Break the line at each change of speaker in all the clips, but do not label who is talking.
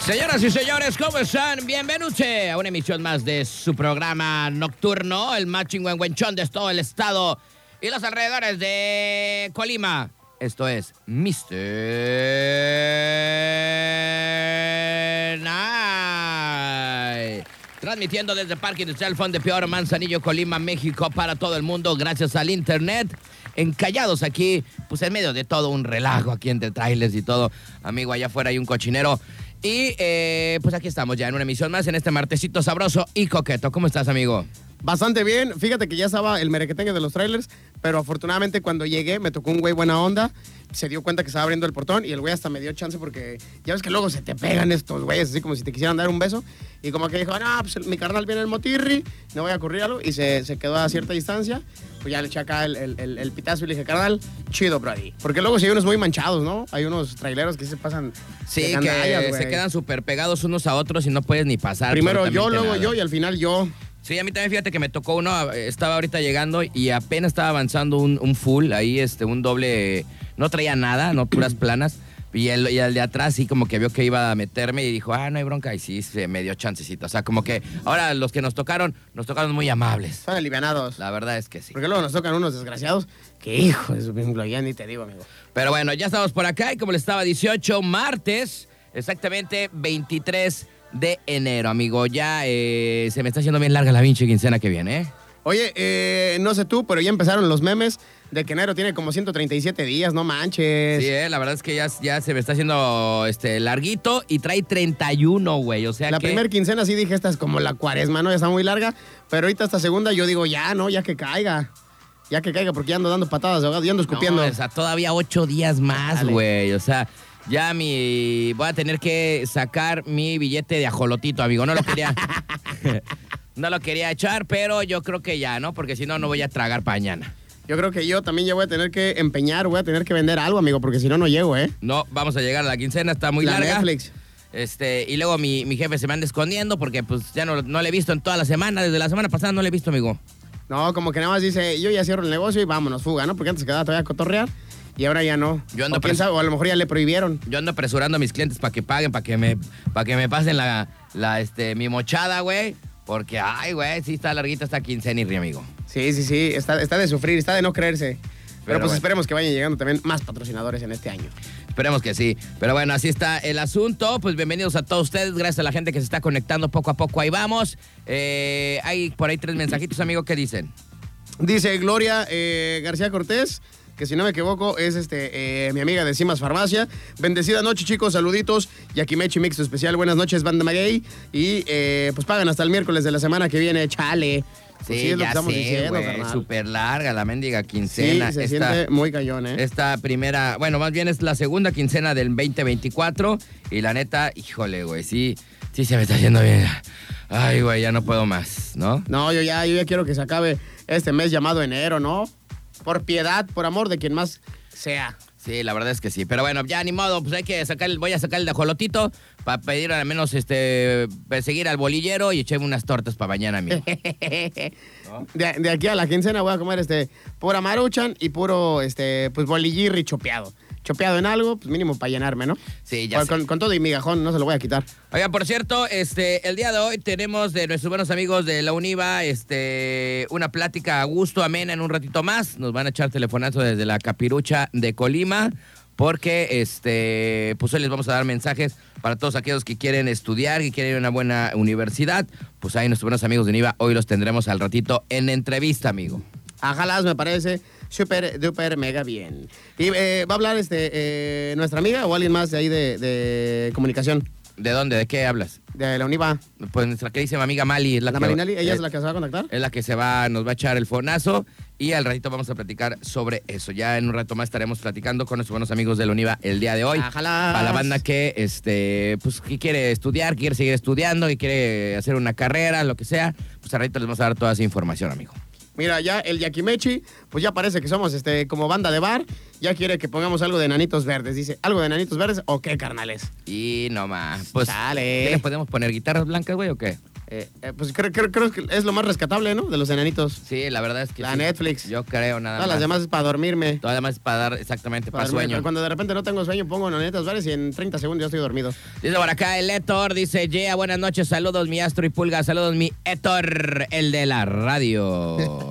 Señoras y señores, ¿cómo están? Bienvenidos a una emisión más de su programa nocturno, el más chingüengüenchón de todo el estado y los alrededores de Colima. Esto es Mr. Night. Transmitiendo desde Parque Industrial Fondepeor, Manzanillo, Colima, México, para todo el mundo, gracias al Internet. Encallados aquí, pues en medio de todo un relajo aquí entre trailers y todo. Amigo, allá afuera hay un cochinero. Y eh, pues aquí estamos ya en una emisión más en este martesito sabroso y coqueto. ¿Cómo estás, amigo?
Bastante bien. Fíjate que ya estaba el merequetengue de los trailers, pero afortunadamente cuando llegué me tocó un güey buena onda. Se dio cuenta que estaba abriendo el portón y el güey hasta me dio chance porque ya ves que luego se te pegan estos güeyes, así como si te quisieran dar un beso. Y como que dijo, no, pues mi carnal viene el motirri, no voy a ocurrir algo. Y se, se quedó a cierta distancia. Pues ya le eché acá el, el- el- el pitazo y le dije, carnal, chido, brody. Porque luego sí hay unos muy manchados, ¿no? Hay unos traileros que se pasan. de
Sí,
gandallas,
que
güey.
se quedan súper pegados unos a otros y no puedes ni pasar.
Primero yo,
absolutamente
luego
nada.
yo y al final yo.
Sí, a mí también fíjate que me tocó uno, eh, estaba ahorita llegando y apenas estaba avanzando un, un full, ahí este, un doble, no traía nada, no puras planas. Y el, y el de atrás sí como que vio que iba a meterme y dijo, ah, no hay bronca. Y sí, se me dio chancecito. O sea, como que ahora los que nos tocaron, nos tocaron muy amables.
Están alivianados.
La verdad es que sí.
Porque luego nos tocan unos desgraciados. Que hijo de su pingo, ya ni te digo, amigo.
Pero bueno, ya estamos por acá y como les estaba, 18 martes, exactamente 23 de enero, amigo. Ya eh, se me está haciendo bien larga la pinche quincena que viene, ¿eh?
Oye, eh, no sé tú, pero ya empezaron los memes de que enero tiene como 137 días, no manches.
Sí, eh, la verdad es que ya, ya se me está haciendo este, larguito y trae 31, güey. O sea
La
que.
primera quincena sí dije, esta es como la cuaresma, ¿no? Ya está muy larga. Pero ahorita esta segunda yo digo, ya, ¿no? Ya que caiga. Ya que caiga, porque ya ando dando patadas de ahogado, ya ando
No,
escupiendo.
o sea, todavía 8 días más,
Dale.
güey. O sea, ya mi. Voy a tener que sacar mi billete de ajolotito, amigo. No lo quería. no lo quería echar, pero yo creo que ya, ¿no? Porque si no, no voy a tragar pa' mañana.
Yo creo que yo también ya voy a tener que empeñar, voy a tener que vender algo, amigo, porque si no, no llego, ¿eh?
No, vamos a llegar a la quincena, está muy
La
larga.
Netflix.
Este, y luego mi, mi jefe se me anda escondiendo porque pues ya no, no le he visto en toda la semana, desde la semana pasada no le he visto, amigo.
No, como que nada más dice, yo ya cierro el negocio y vámonos, fuga, ¿no? Porque antes quedaba todavía a cotorrear y ahora ya no.
Yo ando
o, quién
pres-
sabe, o a lo mejor ya le prohibieron.
Yo ando apresurando a mis clientes para que paguen, para que me, para que me pasen la, la, este, mi mochada, güey. Porque, ay, güey, sí está larguita esta quincena y amigo.
Sí, sí, sí, está, está de sufrir, está de no creerse. Pero,
Pero
pues
bueno.
esperemos que vayan llegando también más patrocinadores en este año.
Esperemos que sí. Pero bueno, así está el asunto. Pues bienvenidos a todos ustedes. Gracias a la gente que se está conectando poco a poco. Ahí vamos. Eh, hay por ahí tres mensajitos, amigo, ¿qué dicen?
Dice Gloria eh, García Cortés, que si no me equivoco es este, eh, mi amiga de Cimas Farmacia. Bendecida noche, chicos, saluditos. Yakimechi Mix especial, buenas noches, banda Maguey. Y eh, pues pagan hasta el miércoles de la semana que viene, chale. Pues
sí, ya sé, güey.
carnal.
Súper larga la mendiga
Sí,
quincena.
se
Está-
siente muy cañón, ¿eh?
Esta primera, bueno, más bien es la segunda quincena del 2024. Y la neta, híjole, güey, sí, sí se me está haciendo bien. Ay, güey, ya no puedo más, ¿no?
No, yo ya, yo ya quiero que se acabe este mes llamado enero, ¿no? Por piedad, por amor de quien más sea.
Sí, la verdad es que sí. Pero bueno, ya ni modo, pues hay que sacar, el- voy a sacar el de ajolotito para pedir al menos, este, perseguir al bolillero y echarme unas tortas para mañana, amigo. Ah.
De, de aquí a la quincena voy a comer este pura maruchan y puro este pues bolillirri chopeado. Chopeado en algo, pues mínimo para llenarme, ¿no?
Sí, ya
Con-
sé.
con, con todo y migajón, no se lo voy a quitar.
Oigan, por cierto, este, el día de hoy tenemos de nuestros buenos amigos de la Univa este, una plática a gusto, amena, en un ratito más. Nos van a echar telefonazo desde la Capirucha de Colima, porque este, pues hoy les vamos a dar mensajes para todos aquellos que quieren estudiar, que quieren ir a una buena universidad. Pues ahí nuestros buenos amigos de Univa, hoy los tendremos al ratito en entrevista, amigo.
Ajalas me parece súper, duper, mega bien. ¿Y eh, va a hablar este eh, nuestra amiga o alguien más de ahí de, de comunicación?
¿De dónde? ¿De qué hablas?
De la Univa.
Pues nuestra queridísima amiga Mali es la,
La,
que-
Marinali, ella es
eh,
la que se va a contactar.
es la que se va, nos va a echar el fonazo y al ratito vamos a platicar sobre eso. Ya en un rato más estaremos platicando con nuestros buenos amigos de la UNIVA el día de hoy.
Ajalas.
Para la banda que este pues que quiere estudiar, que quiere seguir estudiando, que quiere hacer una carrera, lo que sea, pues al ratito les vamos a dar toda esa información, amigo.
Mira, ya el Yakimechi, pues ya parece que somos este como banda de bar. Ya quiere que pongamos algo de nanitos verdes. Dice, ¿algo de nanitos verdes o qué, carnales?
Y no más. Pues,
Chale.
¿Qué les podemos poner? ¿Guitarras blancas, güey, o qué?
Eh, eh, pues creo, creo, creo que es lo más rescatable, ¿no? De los enanitos.
Sí, la verdad es que
La
sí.
Netflix.
Yo creo nada
Todas
más.
las demás es para dormirme.
Ah, Todas las demás es para dar exactamente para,
Para dormirme.
sueño.
Cuando de repente no tengo sueño, pongo nonetas varias y en 30 segundos ya estoy dormido.
Dice por acá el Héctor, dice, yeah, buenas noches, saludos mi Astro y Pulga, saludos mi Héctor, el de la radio.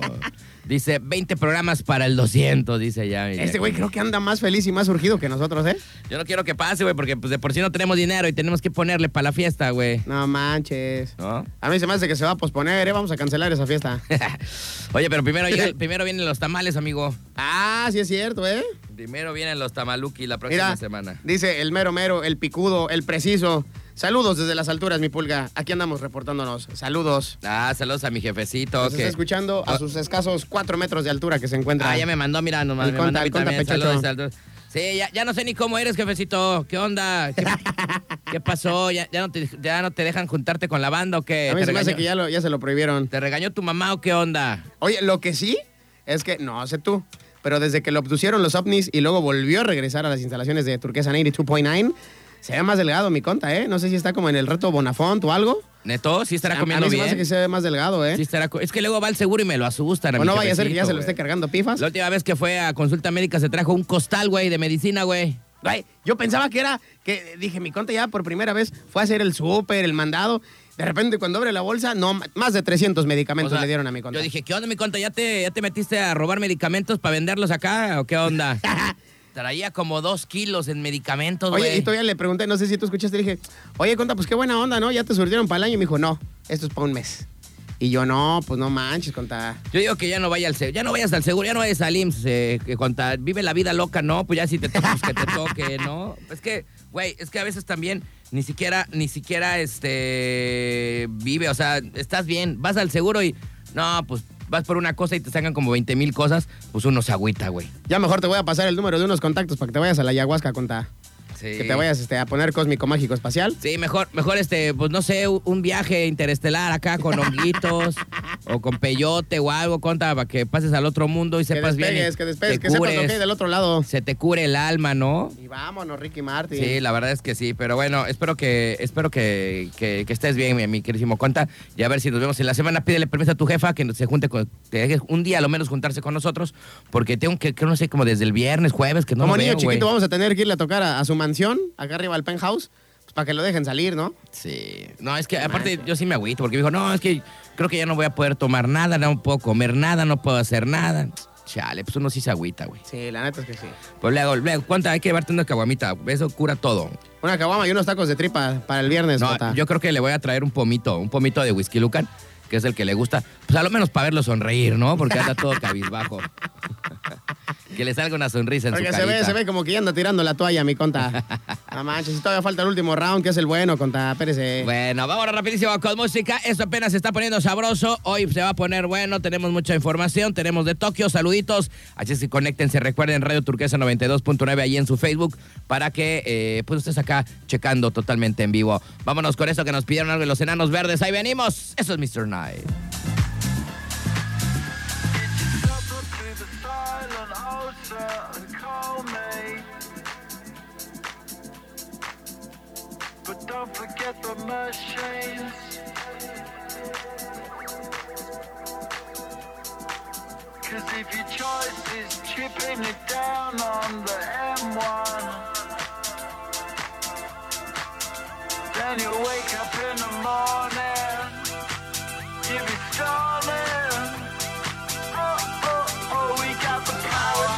dice, 20 programas para el 200, dice ya. mira.
Este güey creo que anda más feliz y más surgido que nosotros, ¿eh?
Yo no quiero que pase, güey, porque pues, de por sí no tenemos dinero y tenemos que ponerle para la fiesta, güey.
No manches.
¿No?
A mí se me hace que se va a posponer, ¿eh? Vamos a cancelar esa fiesta.
Oye, pero primero, llega- primero vienen los tamales, amigo.
ah, sí es cierto, ¿eh?
Primero vienen los tamaluki la próxima
Mira,
semana.
dice el mero mero, el picudo, el preciso. Saludos desde las alturas, mi pulga. Aquí andamos reportándonos. Saludos.
Ah, saludos a mi jefecito.
Nos
que-
está escuchando a sus escasos cuatro metros de altura que se encuentra.
Ah, ya me mandó, mira, nomás.
El
me mandó
conta,
a mí
el conta
también.
pechocho.
Saludos, saludos. Sí, ya, ya no sé ni cómo eres, jefecito. ¿Qué onda? ¿Qué, qué pasó? ¿Ya, ya no te, ¿Ya no te dejan juntarte con la banda o qué?
a mí
¿Te
se me hace
regañó-
que ya, lo- ya se lo prohibieron.
¿Te regañó tu mamá o qué onda?
Oye, lo que sí es que, no sé tú, pero desde que lo obtuvieron los ovnis y luego volvió a regresar a las instalaciones de Turquesa 92.9, se ve más delgado mi conta, ¿eh? No sé si está como en el reto Bonafont o algo.
¿Neto? ¿Sí estará
A-
comiendo
a mí se me
bien?
hace que se ve más delgado, ¿eh?
Sí estará co- es que luego va al seguro y me lo asustan. a
o
mi
no vaya a ser que ya
jefecito,
se lo esté
güey.
cargando pifas.
La última vez que fue a consulta médica se trajo un costal, güey, de medicina, güey.
Güey, yo pensaba que era, que dije, mi conta ya por primera vez fue a hacer el súper, el mandado. De repente cuando abre la bolsa, no, m- más de 300 medicamentos
O sea,
le dieron a mi conta.
Yo dije, ¿qué onda, mi conta? ¿Ya te, ¿Ya te metiste a robar medicamentos para venderlos acá o qué onda? Traía como dos kilos en medicamentos, güey.
Oye, y todavía le pregunté, no sé si tú escuchaste, le dije, oye, conta, pues qué buena onda, ¿no? Ya te surtieron para el año. Y me dijo, no, esto es para un mes. Y yo, no, pues no manches, conta.
Yo digo que ya no vaya al seguro, ya no vayas al seguro, ya no vayas al IMSS, eh, que conta- vive la vida loca, ¿no? Pues ya si te tocas que te toque, ¿no? Es que, güey, es que a veces también ni siquiera, ni siquiera, este, vive, o sea, estás bien, vas al seguro y, no, pues vas por una cosa y te sacan como 20 mil cosas, pues uno se agüita, güey.
Ya mejor te voy a pasar el número de unos contactos para que te vayas a la ayahuasca, conta.
Sí.
Que te vayas este, a poner cósmico mágico espacial.
Sí, mejor, mejor este, pues no sé, u- un viaje interestelar acá con honguitos o con peyote o algo, conta, para que pases al otro mundo y
Que
sepas bien.
despegues,
y
que
te
despegues, que sepas lo
cures.
que hay del otro lado.
se te cure el alma, ¿no?
Y vámonos, Ricky Martin.
Sí, la verdad es que sí, pero bueno, espero que espero que, que- que estés bien, mi, mi queridísimo Conta, y a ver si nos vemos en la semana. Pídele permiso a tu jefa que se junte con, te deje un día a lo menos juntarse con nosotros, porque tengo que, que no sé, como desde el viernes, jueves, que no
Como
lo
niño
veo,
chiquito
güey.
vamos a tener que irle a tocar a, a su mansión, acá arriba al penthouse, pues, para que lo dejen salir, ¿no?
Sí. No, es que aparte yo sí me agüito, porque me dijo, no, es que creo que ya no voy a poder tomar nada, no puedo comer nada, no puedo hacer nada. Chale, pues uno sí se agüita, güey.
Sí, la neta es que sí.
Pues luego, luego, Conta, hay que llevarte una caguamita, eso cura todo.
Una caguama y unos tacos de tripa para el viernes,
No,
Jota.
yo creo que le voy a traer un pomito, un pomito de whisky Lucan, que es el que le gusta. Pues a lo menos para verlo sonreír, ¿no? Porque anda todo cabizbajo. que le salga una sonrisa en
Porque
su
se
carita.
ve, se ve como que ya anda tirando la toalla, mi conta. No manches, si todavía falta el último round, que es el bueno, conta Pérez.
Bueno, vámonos rapidísimo con música. Esto apenas se está poniendo sabroso. Hoy se va a poner bueno. Tenemos mucha información. Tenemos de Tokio. Saluditos. Así es que conéctense. Recuerden Radio Turquesa 92.9 ahí en su Facebook para que eh, pues estés acá checando totalmente en vivo. Vámonos con eso que nos pidieron algo de los enanos verdes. Ahí venimos. Eso es Mr. Night.
Suffer through the silent ulcer and call me. But don't forget the machines. Cause if your choice is chipping it down on the M1, then you wake up in the morning, you'll be stalling. Oh, oh, oh, we got the power.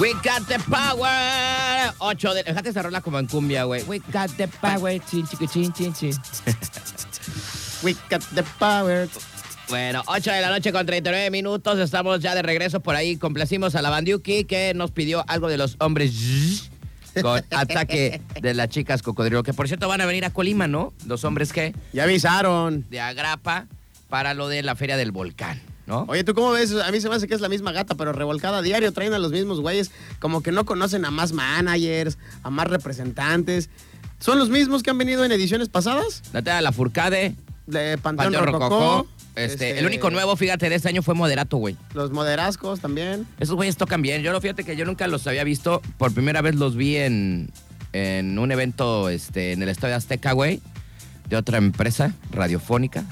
We got the power. 8 de. Déjate esa rola como en cumbia, güey. We got the power. Chin, chiqui, chin, chin, chin.
We got the power.
Bueno, 8 de la noche con 39 minutos. Estamos ya de regreso por ahí. Complacimos a la Bandiuki que nos pidió algo de los hombres G, con ataque de las chicas cocodrilo. Que por cierto van a venir a Colima, ¿no? Los hombres que
Ya avisaron.
de Agrapa para lo de la Feria del Volcán, ¿no?
Oye, ¿tú cómo ves? A mí se me hace que es la misma gata, pero revolcada a diario. Traen a los mismos güeyes. Como que no conocen a más managers, a más representantes. ¿Son los mismos que han venido en ediciones pasadas?
Natalia La Furcade,
De Panteón,
Panteón
Rococó.
Rococó. Este, El único nuevo, fíjate, de este año fue Moderato, güey.
Los moderascos también.
Esos güeyes tocan bien. Yo no, fíjate que yo nunca los había visto. Por primera vez los vi en, en un evento este, en el Estadio Azteca, güey. de otra empresa radiofónica.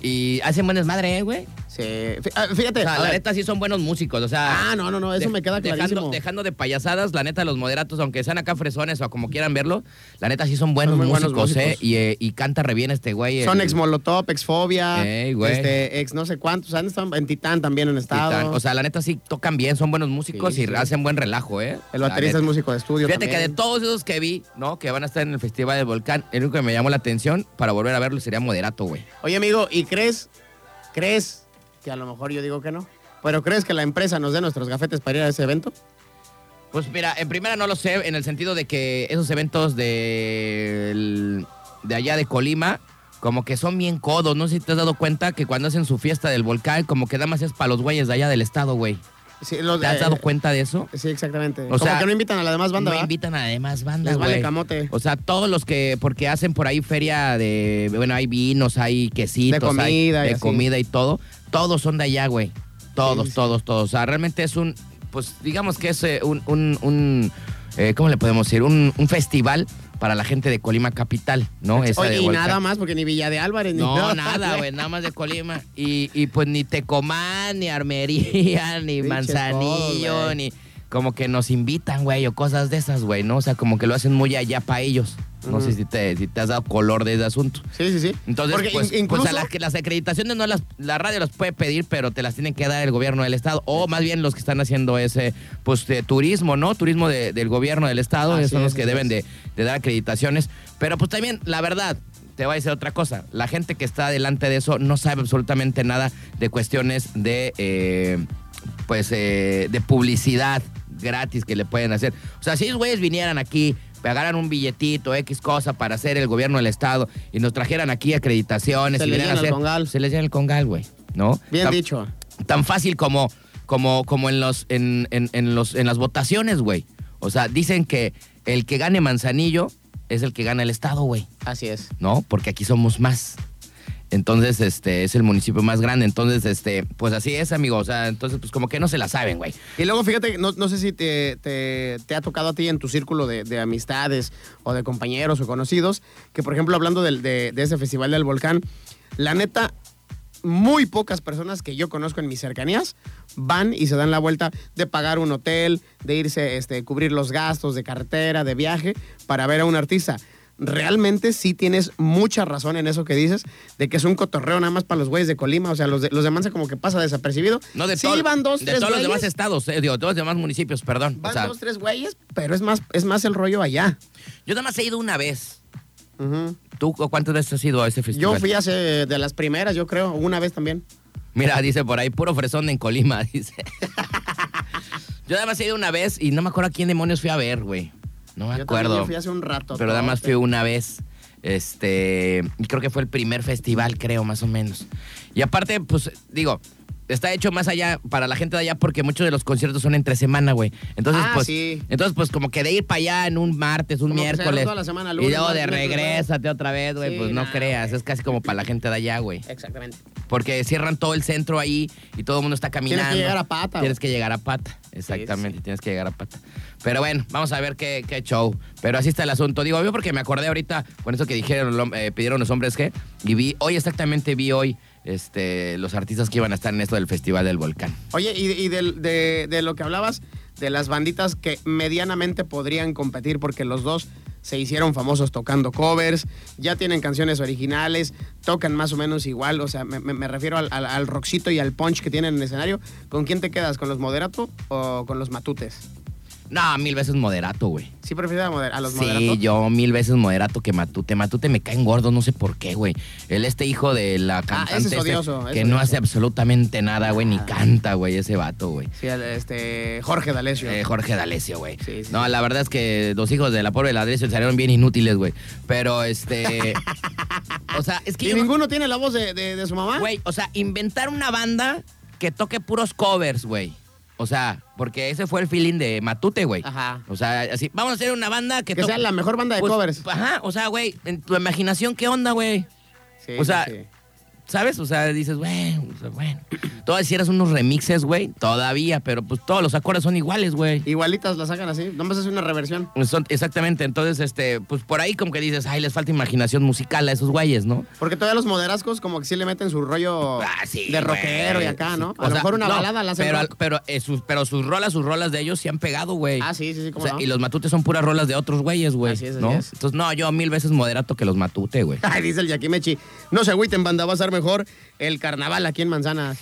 Y hacen buenas madres, güey.
Sí. Fí- ah, Fíjate.
O sea,
a
la
ver,
neta sí son buenos músicos, o sea.
Ah, no, no, no, eso
dej-
me queda clarísimo.
Dejando, dejando de payasadas, la neta, los moderatos, aunque sean acá fresones o como quieran verlo, la neta sí son buenos
muy buenos
músicos, ¿eh?
músicos.
Y, eh, y canta re bien este güey. el-
Son ex Molotov, ex Fobia,
Ey, güey.
este, ex no sé cuántos. Han estado en Titán también en estado.
Titán. O sea, la neta sí tocan bien, son buenos músicos
Sí,
y
sí.
hacen buen relajo, ¿eh?
el
La
baterista es
neta.
músico de estudio.
Fíjate que
también.
de todos esos que vi, ¿no? Que van a estar en el Festival del Volcán, el único que me llamó la atención para volver a verlo sería Moderato, güey.
Oye, amigo, ¿y crees? ¿Crees? Que a lo mejor yo digo que no. ¿Pero crees que la empresa nos dé nuestros gafetes para ir a ese evento?
Pues mira, en primera no lo sé, en el sentido de que esos eventos de, el- de allá de Colima, como que son bien codos. No sé si te has dado cuenta que cuando hacen su fiesta del volcán, como que nada más es para los güeyes de allá del estado, güey.
Sí, los-
¿Te has
eh,
dado cuenta de eso?
Sí, exactamente.
O
Como
sea,
que no invitan a la demás
no
banda, ¿verdad?
invitan a demás bandas,
Les vale
güey.
camote.
O sea, todos los que, porque hacen por ahí feria de, bueno, hay vinos, hay quesitos,
De comida
hay-
y
de
así.
comida y todo, todos son de allá, güey. Todos,
Sí, sí.
todos, todos. O sea, realmente es un, pues digamos que es eh, un, un, un, eh, ¿cómo le podemos decir? Un, un festival para la gente de Colima Capital, ¿no? Esa
Oye,
de
y
Volcán.
nada más, porque ni Villa de Álvarez, ni
No, nada, güey, nada más de Colima. Y, y pues ni Tecomán, ni Armería, ni
Pinches
Manzanillo,
codos, güey.
ni. Como que nos invitan, güey, o cosas de esas, güey, ¿no? O sea, como que lo hacen muy allá para ellos. No
Ujú.
sé si te, si te has dado color de ese asunto.
Sí, sí, sí.
Entonces,
porque
pues,
in- incluso,
pues a las, que las acreditaciones no las, la radio las puede pedir, pero te las tienen que dar el gobierno del estado, o más bien los que están haciendo ese, pues, de turismo, ¿no? Turismo de- del gobierno del estado,
Así
esos son los
es,
que
así
deben de, de dar acreditaciones. Pero pues también, la verdad, te voy a decir otra cosa, la gente que está delante de eso no sabe absolutamente nada de cuestiones de, eh, pues, eh, de publicidad gratis que le pueden hacer. O sea, si esos güeyes vinieran aquí, pagaran un billetito, X cosa para hacer el gobierno del Estado y nos trajeran aquí acreditaciones
Se
y
les
vinieran
llena
a
el
hacer-
congal.
Se les llena el congal, güey, ¿no?
bien
Tan-
dicho.
tan fácil como, como, como en, los, en, en- en los, en las votaciones, güey. O sea, dicen que el que gane Manzanillo es el que gana el Estado, güey,
Así es.
¿no? Porque aquí somos más. Entonces, este, es el municipio más grande. Entonces, este, pues así es, amigo. O sea, entonces, pues como que no se la saben, güey.
Y luego, fíjate, no, no sé si te, te- te ha tocado a ti en tu círculo de, de amistades o de compañeros o conocidos, que por ejemplo, hablando del- de, de ese Festival del Volcán, la neta, muy pocas personas que yo conozco en mis cercanías van y se dan la vuelta de pagar un hotel, de irse, este, cubrir los gastos de carretera, de viaje, para ver a un artista. Realmente sí tienes mucha razón en eso que dices, de que es un cotorreo nada más para los güeyes de Colima, o sea, los de, los de Mansa como que pasa desapercibido.
No de
sí,
todo-
van dos,
de
tres
todos los demás
güeyes.
estados, eh, digo, todos los demás municipios, perdón.
Van
O sea,
dos, tres güeyes, pero es más, es más el rollo allá.
yo nada más he ido una vez.
Ujú.
¿Tú cuántas veces has ido a ese festival?
Yo fui hace de las primeras, yo creo, una vez también.
Mira, dice por ahí, puro fresón en Colima, dice. yo nada más he ido una vez y no me acuerdo a quién demonios fui a ver, güey. No me
Yo
acuerdo.
también, yo fui hace un rato.
pero nada más fui
tote.
una vez. Este, y creo que fue el primer festival, creo, más o menos. Y aparte, pues, digo, está hecho más allá para la gente de allá porque muchos de los conciertos son entre semana, güey. Entonces,
Ah,
pues,
sí.
entonces, pues, como que de ir para allá en un martes, un
Como que se
miércoles.
agarra toda la semana,
y
lunes,
luego de
martes, miércoles, jueves.
regrésate otra vez, güey.
Sí,
pues no
nah,
creas,
güey.
es casi como para la gente de allá, güey.
Exactamente.
Porque cierran todo el centro ahí y todo el mundo está caminando.
llegar a pata,
Tienes
güey.
que llegar a pata. Exactamente, tienes que llegar a pata. Pero bueno, vamos a ver qué, qué show. Pero así está el asunto. Digo, obvio porque me acordé ahorita con eso que dijeron, lo- eh, pidieron los hombres que. Y vi, hoy exactamente vi hoy este, los artistas que iban a estar en esto del Festival del Volcán.
Oye, y, y del- de, de lo que hablabas, de las banditas que medianamente podrían competir, porque los dos se hicieron famosos tocando covers, ya tienen canciones originales, tocan más o menos igual, o sea, me, me- me refiero al, al, al rockcito y al punch que tienen en el escenario. ¿Con quién te quedas? ¿Con los moderato o con los matutes?
No, mil veces moderato, güey.
Sí, prefiero a, moder- a los
sí,
moderato.
yo mil veces moderato que Matute. Matute me caen gordo, no sé por qué, güey. Él, este hijo de la cantante.
Ah, ese es
este,
odioso, es
que no
odioso. Ah.
hace absolutamente nada, güey, ni canta, güey, ese vato, güey.
Sí, el, este, Jorge D'Alessio.
Eh, Jorge D'Alessio, güey.
Sí, sí,
no,
sí.
la verdad es que los hijos de la pobre D'Alessio salieron bien inútiles, güey. Pero este. o sea, es que.
¿Y
yo-
ninguno tiene la voz de, de- de su mamá?
Güey, o sea, inventar una banda que toque puros covers, güey. O sea, porque ese fue el feeling de Matute, güey.
Ajá.
O sea, así, vamos a hacer una banda que
Que sea
toque-
la mejor banda de
Pues,
covers.
Ajá, o sea, güey, en tu imaginación, ¿qué onda, güey?
Sí,
o sea,
sí, sí.
¿Sabes? O sea, dices, bueno, o sea, bueno. Todavía si eras unos remixes, güey, todavía, pero pues todos los acordes son iguales, güey.
Igualitas las hagan así. Nomás es una reversión.
Son- Exactamente, entonces, este, pues por ahí como que dices, ay, les falta imaginación musical a esos güeyes, ¿no?
Porque todavía los moderascos como que sí le meten su rollo
Ah, sí,
Oh, de
güey.
rockero y acá,
Sí.
¿no? A
O
lo
sea,
mejor una
no,
balada la hacen
Pero, al-
rock.
pero, eh, sus, pero sus rolas, sus rolas de ellos se han pegado, güey.
Ah, sí, sí, sí, cómo
O sea,
no.
y los matutes son puras rolas de otros güeyes, güey.
Así es, así
¿no?
es.
Entonces, no, yo mil veces moderato que los matute, güey.
Ay, dice el Yaquimechi. No se agüiten, banda, va a ser mejor el carnaval aquí en Manzanas.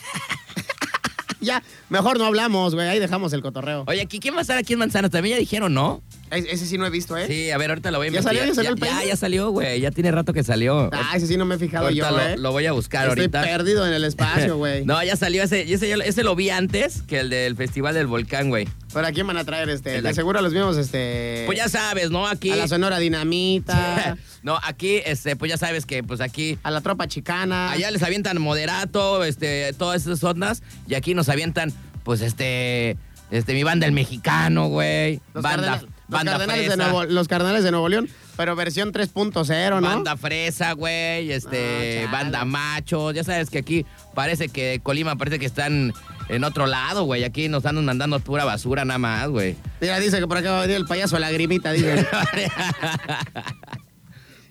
ya, mejor no hablamos, güey. Ahí dejamos el cotorreo.
Oye, aquí, ¿quién va a estar aquí en Manzanas? También ya dijeron, ¿no?
E- ese sí no he visto, ¿eh?
Sí, a ver, ahorita lo voy a
¿Ya
investigar.
salió? ¿Ya salió el
ya,
peine?
ya salió, güey. Ya tiene rato que salió.
Ah, ese sí no me he fijado
ahorita
yo,
lo,
¿eh?
lo voy a buscar
Estoy
ahorita.
perdido en el espacio, güey.
no, ya salió ese, y ese, ya lo- ese lo vi antes que el del Festival del Volcán, güey.
Pero ¿a quién van a traer este?
El ac-
De seguro los mismos, este.
Pues ya sabes, ¿no? Aquí.
A la Sonora Dinamita,
no, aquí, este, pues ya sabes que, pues aquí
a la Tropa Chicana.
Allá les avientan moderato, este, todas esas ondas, y aquí nos avientan, pues, este, este, mi banda el mexicano, güey.
Los
Banda,
Cardena- los
banda
Cardenales
fresa.
de Nuevo, los Cardenales de Nuevo León, pero versión 3.0, ¿no?
Banda fresa, güey. Este,
Ah, chale.
banda macho. Ya sabes que aquí parece que Colima parece que están en otro lado, güey. Aquí nos andan mandando pura basura nada más, güey.
Mira, dice que por acá va a venir el payaso lagrimita, dice.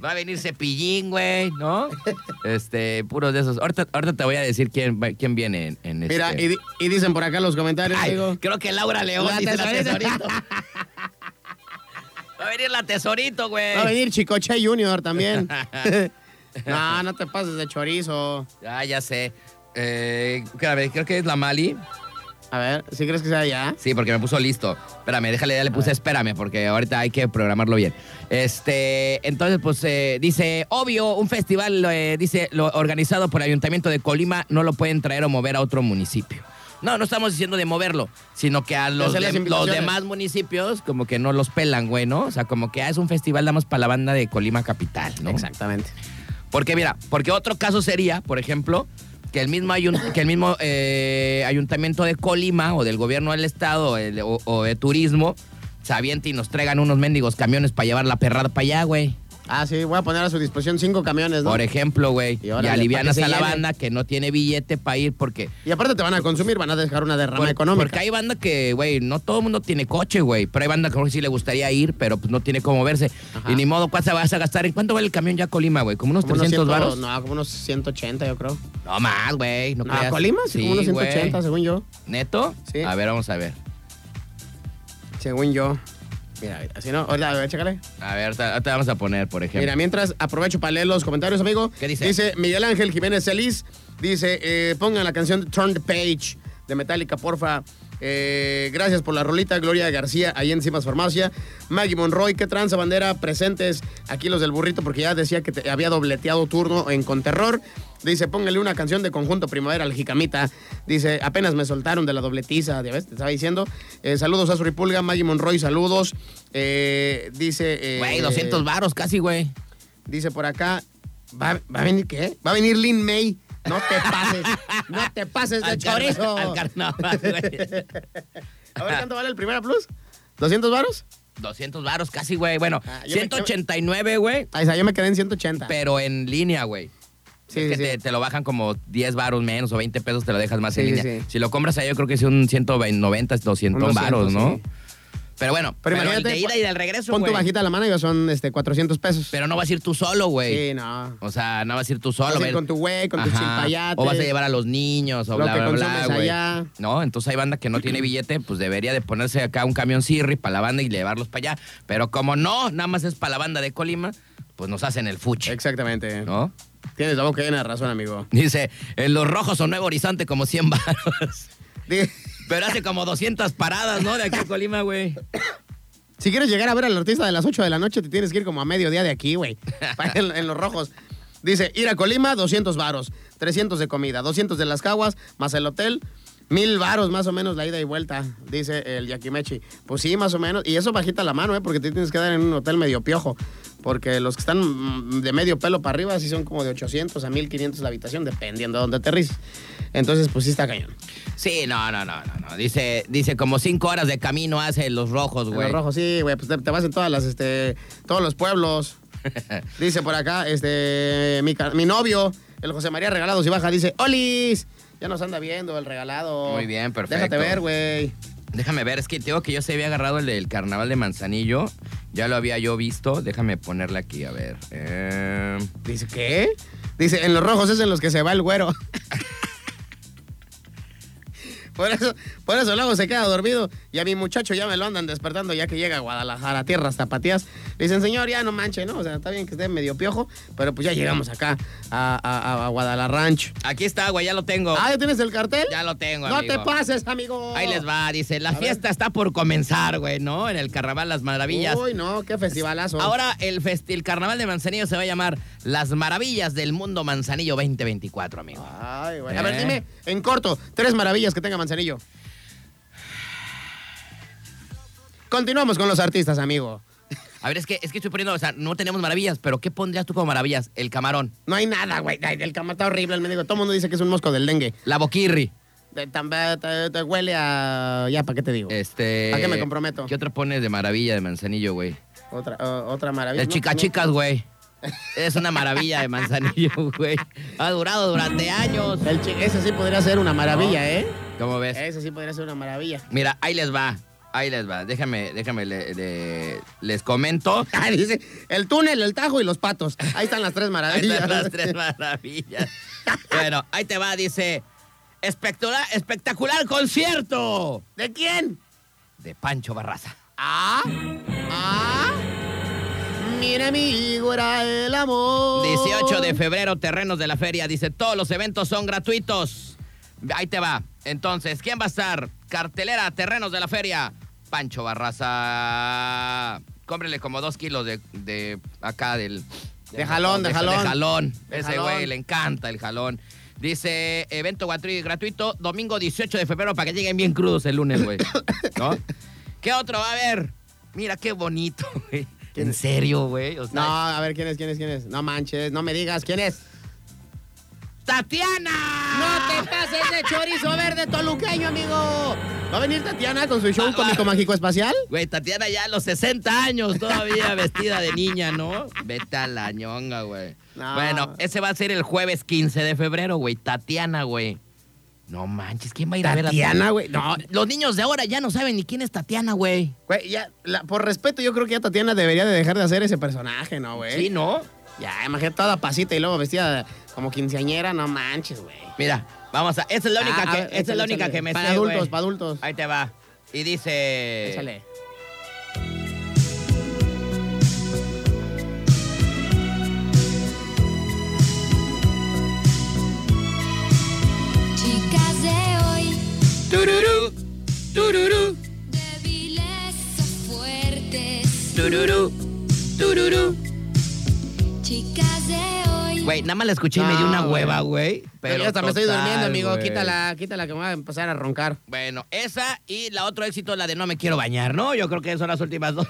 Va a venir cepillín, güey, ¿no? Este, puros de esos. Ahorita, ahorita te voy a decir quién, va- quién viene en, en este.
Mira, y, di- y dicen por acá los comentarios,
Ay,
digo.
creo que Laura León
La
dice la
tesorito.
tesorito. Va a venir la tesorito, güey.
Va a venir Chicoche Junior también. no, no te pases de chorizo.
Ah, ya sé. Eh, a ver, creo que es la Mali.
A ver, ¿sí crees que sea ya?
Sí, porque me puso listo. Espérame, déjale, ya le
Ah.
puse espérame, porque ahorita hay que programarlo bien. Este, entonces, pues eh, dice, obvio, un festival, eh, dice, lo organizado por el Ayuntamiento de Colima, no lo pueden traer o mover a otro municipio. No, no estamos diciendo de moverlo, sino que a los,
hacer las
dem- los
invitaciones.
demás municipios como que no los pelan, güey, ¿no? O sea, como que ah, es un festival, damos para la banda de Colima Capital, ¿no?
Exactamente.
Porque mira, porque otro caso sería, por ejemplo, que el mismo, ayun- que el mismo eh, ayuntamiento de Colima o del gobierno del estado el- o, o de turismo se aviente y nos traigan unos mendigos camiones para llevar la perrada para allá, güey.
Ah, sí, voy a poner a su disposición cinco camiones, Pues ¿no?
Por ejemplo, güey.
Y
Y,
órale,
alivianas
pa' que
a
se
la
llene.
banda que no tiene billete para ir porque...
Y aparte te van a consumir, van a dejar una derrama
por-
económica.
Porque hay banda que, güey, no todo el mundo tiene coche, güey. Pero hay banda que a lo mejor sí le gustaría ir, pero pues no tiene cómo verse.
Ajá.
Y ni modo, ¿cuánto vas a gastar? ¿En cuánto vale el camión ya a Colima, güey? ¿Como unos
Como unos
300
ciento-
varos?
No, como unos 180, yo creo.
No más, güey. No,
No,
creas.
Colima, sí, como unos
güey.
180, según yo.
¿Neto?
Sí.
A ver, vamos a ver.
Según yo. Mira, mira, así no. Ahorita, a ver, chécale.
A ver, ahorita ahorita vamos a poner, por ejemplo.
Mira, mientras aprovecho para leer los comentarios, amigo.
¿Qué dice?
Dice Miguel Ángel Jiménez Celis. Dice, eh, pongan la canción Turn the Page de Metallica, porfa. Eh, gracias por la rolita, Gloria García, ahí en Cimas Farmacia. Maggie Monroy, qué tranza bandera, presentes aquí los del burrito, porque ya decía que te- había dobleteado turno en Conterror. Dice, póngale una canción de conjunto primavera al Jicamita. Dice, apenas me soltaron de la dobletiza, ya ves, te estaba diciendo. Eh, saludos a Suripulga, Maggie Monroy, saludos. Eh, dice... eh,
Güey, 200 varos casi, güey.
Dice por acá, ¿va, va a venir qué? Va a venir Lin May. No te pases, no te pases de
Al car-
chorizo.
Al carnaval, güey.
A ver, ¿cuánto vale el primera plus? ¿200 varos?
200 varos casi, güey. Bueno,
Ah, yo me-
189, güey.
Ahí está, yo me quedé en 180.
Pero en línea, güey.
Sí,
Es
sí,
que
sí.
Te, te lo bajan como 10 varos menos o 20 pesos, te lo dejas más en
Sí,
línea.
sí.
Si lo compras ahí, yo creo que es un 190, 200
Unos
varos,
200,
¿no?
sí.
Pero bueno, pero,
Pero
el
imagínate,
de ida y del regreso,
Pon
güey.
tu bajita a la mano y ya son este, 400 pesos.
Pero no vas a ir tú solo, güey.
sí, no.
O sea, no vas a ir tú solo.
Vas a ir
ver-
con tu güey, con tus chimpayates.
O vas a llevar a los niños, o
Lo
bla,
que
bla, bla,
consumes
güey.
allá.
No, entonces hay banda que no tiene billete, pues debería de ponerse acá un camión Sirri para la banda y llevarlos para allá. Pero como no, nada más es para la banda de Colima, pues nos hacen el fuche,
Exactamente.
¿no?
Tienes la boca llena de razón, amigo.
Dice, en los rojos o Nuevo Horizonte como 100 varos.
Di-
Pero hace como 200 paradas, ¿no? De aquí a Colima, güey.
Si quieres llegar a ver al artista de las 8 de la noche, te tienes que ir como a mediodía de aquí, güey. Para en, en los rojos. Dice, ir a Colima, 200 varos, 300 de comida, 200 de las caguas, más el hotel, mil varos más o menos la ida y vuelta, dice el Yaquimechi. Pues sí, más o menos. Y eso bajita la mano, ¿eh? Porque te tienes que dar en un hotel medio piojo. Porque los que están mm, de medio pelo para arriba sí son como de 800 a 1500 la habitación, dependiendo de dónde aterrices. Entonces, pues sí está cañón.
Sí, no, no, no, no. no. Dice, dice como 5 horas de camino hace los rojos,
En
güey.
Los rojos, sí, güey, pues te, te vas en todas las, este, todos los pueblos. Dice por acá, este, mi, ca- mi novio, El José María Regalado si baja dice, ¡Olis! Ya nos anda viendo el regalado.
Muy bien, perfecto.
Déjate ver, güey.
Déjame ver, es que te digo que yo se había agarrado el del carnaval de Manzanillo. Ya lo había yo visto. Déjame ponerla aquí, a ver. Eh,
Dice, ¿qué? Dice, en los rojos es en los que se va el güero. por, eso, por eso luego se queda dormido. Y a mi muchacho ya me lo andan despertando ya que llega a Guadalajara, tierras zapatías. Le dicen, señor, ya no manche, ¿no? O sea, está bien que esté medio piojo, pero pues ya llegamos acá a, a, a- a Guadalajara Ranch.
aquí está, güey, ya lo tengo.
Ah, ¿ya tienes el cartel?
Ya lo tengo,
No
amigo.
te pases, amigo.
Ahí les va, dice, la
A ver.
fiesta está por comenzar, güey, ¿no? En el carnaval Las Maravillas.
Uy, no, qué festivalazo.
Ahora el, festi- el carnaval de Manzanillo se va a llamar Las Maravillas del Mundo Manzanillo 2024, amigo.
Ay, güey.
Eh.
A ver, dime, en corto, tres maravillas que tenga Manzanillo. Continuamos con los artistas, amigo.
A ver, es que, es que estoy poniendo, o sea, no tenemos maravillas, pero ¿qué pondrías tú como maravillas? El camarón,
No hay nada, güey. Ay, El camarón está horrible, el médico. Todo el mundo dice que es un mosco del dengue.
la boquirri.
De- tambe- Te, te huele a... Ya, ¿para qué te digo?
Este.
¿A qué me comprometo?
¿Qué otra pones de maravilla de manzanillo, güey?
Otra, o- otra maravilla.
El
No,
chica
no.
chicas, güey. Es una maravilla de manzanillo, güey. Ha durado durante años.
El chi- Ese sí podría ser una maravilla, ¿eh?
¿Cómo ves?
Ese sí podría ser una maravilla.
Mira, ahí les va. Ahí les va. Déjame, déjame, le- le- les comento.
Ah, dice, el túnel, el tajo y los patos. Ahí están las tres
Ahí
maravillas.
están las tres maravillas. Bueno, ahí te va, dice. Espectacular, espectacular concierto
¿De quién?
de Pancho Barraza.
Ah, ah. Mira mi güera el amor.
18 de febrero, terrenos de la feria. Dice, todos los eventos son gratuitos. Ahí te va. Entonces, ¿quién va a estar? Cartelera, terrenos de la feria. Pancho Barraza. Cómprele como dos kilos de, de acá del...
De jalón, de jalón.
De jalón.
De
Ese
jalón.
güey le encanta el jalón. Dice, evento gratu- gratuito, domingo 18 de febrero, para que lleguen bien crudos el lunes, güey. ¿No? ¿Qué otro va a haber? Mira, qué bonito, güey. En serio, güey. O sea,
No, a ver, ¿quién es, quién es, quién es? No manches, no me digas, ¿quién es?
¡Tatiana!
¡No te pases de chorizo verde toluqueño, amigo! ¿Va a venir Tatiana con su show
Va, va.
cómico mágico espacial?
Güey, Tatiana ya a los 60 años todavía vestida de niña, ¿no? Vete a la ñonga, güey.
No.
Bueno, ese va a ser el jueves 15 de febrero, güey. Tatiana, güey. No manches, ¿quién va a ir a ver a
Tatiana, güey. No,
No, los niños de ahora ya no saben ni quién es Tatiana, güey.
güey, ya, la- por respeto, yo creo que ya Tatiana debería de dejar de hacer ese personaje, ¿no, güey?
Sí, ¿no?
Ya, imagínate toda pasita y luego vestida de- como quinceañera, no manches, güey.
Mira, vamos a. Esa es la única
Ah, a
que,
ver,
esa es
échale,
la única
échale.
que me
Para
sé,
adultos,
güey.
para adultos.
Ahí te va. Y dice.
Échale.
Chicas de hoy,
Tururú, tururú,
débiles o fuertes.
tururú, tururú.
Chicas de hoy,
Güey, nada más la escuché y me dio una
Ah, güey.
hueva, güey. Pero
Pero ya hasta me estoy
total,
durmiendo, amigo.
güey.
Quítala, quítala que me voy a empezar a roncar.
Bueno, esa y la otro éxito, la de No me quiero bañar, ¿no? Yo creo que son las últimas dos.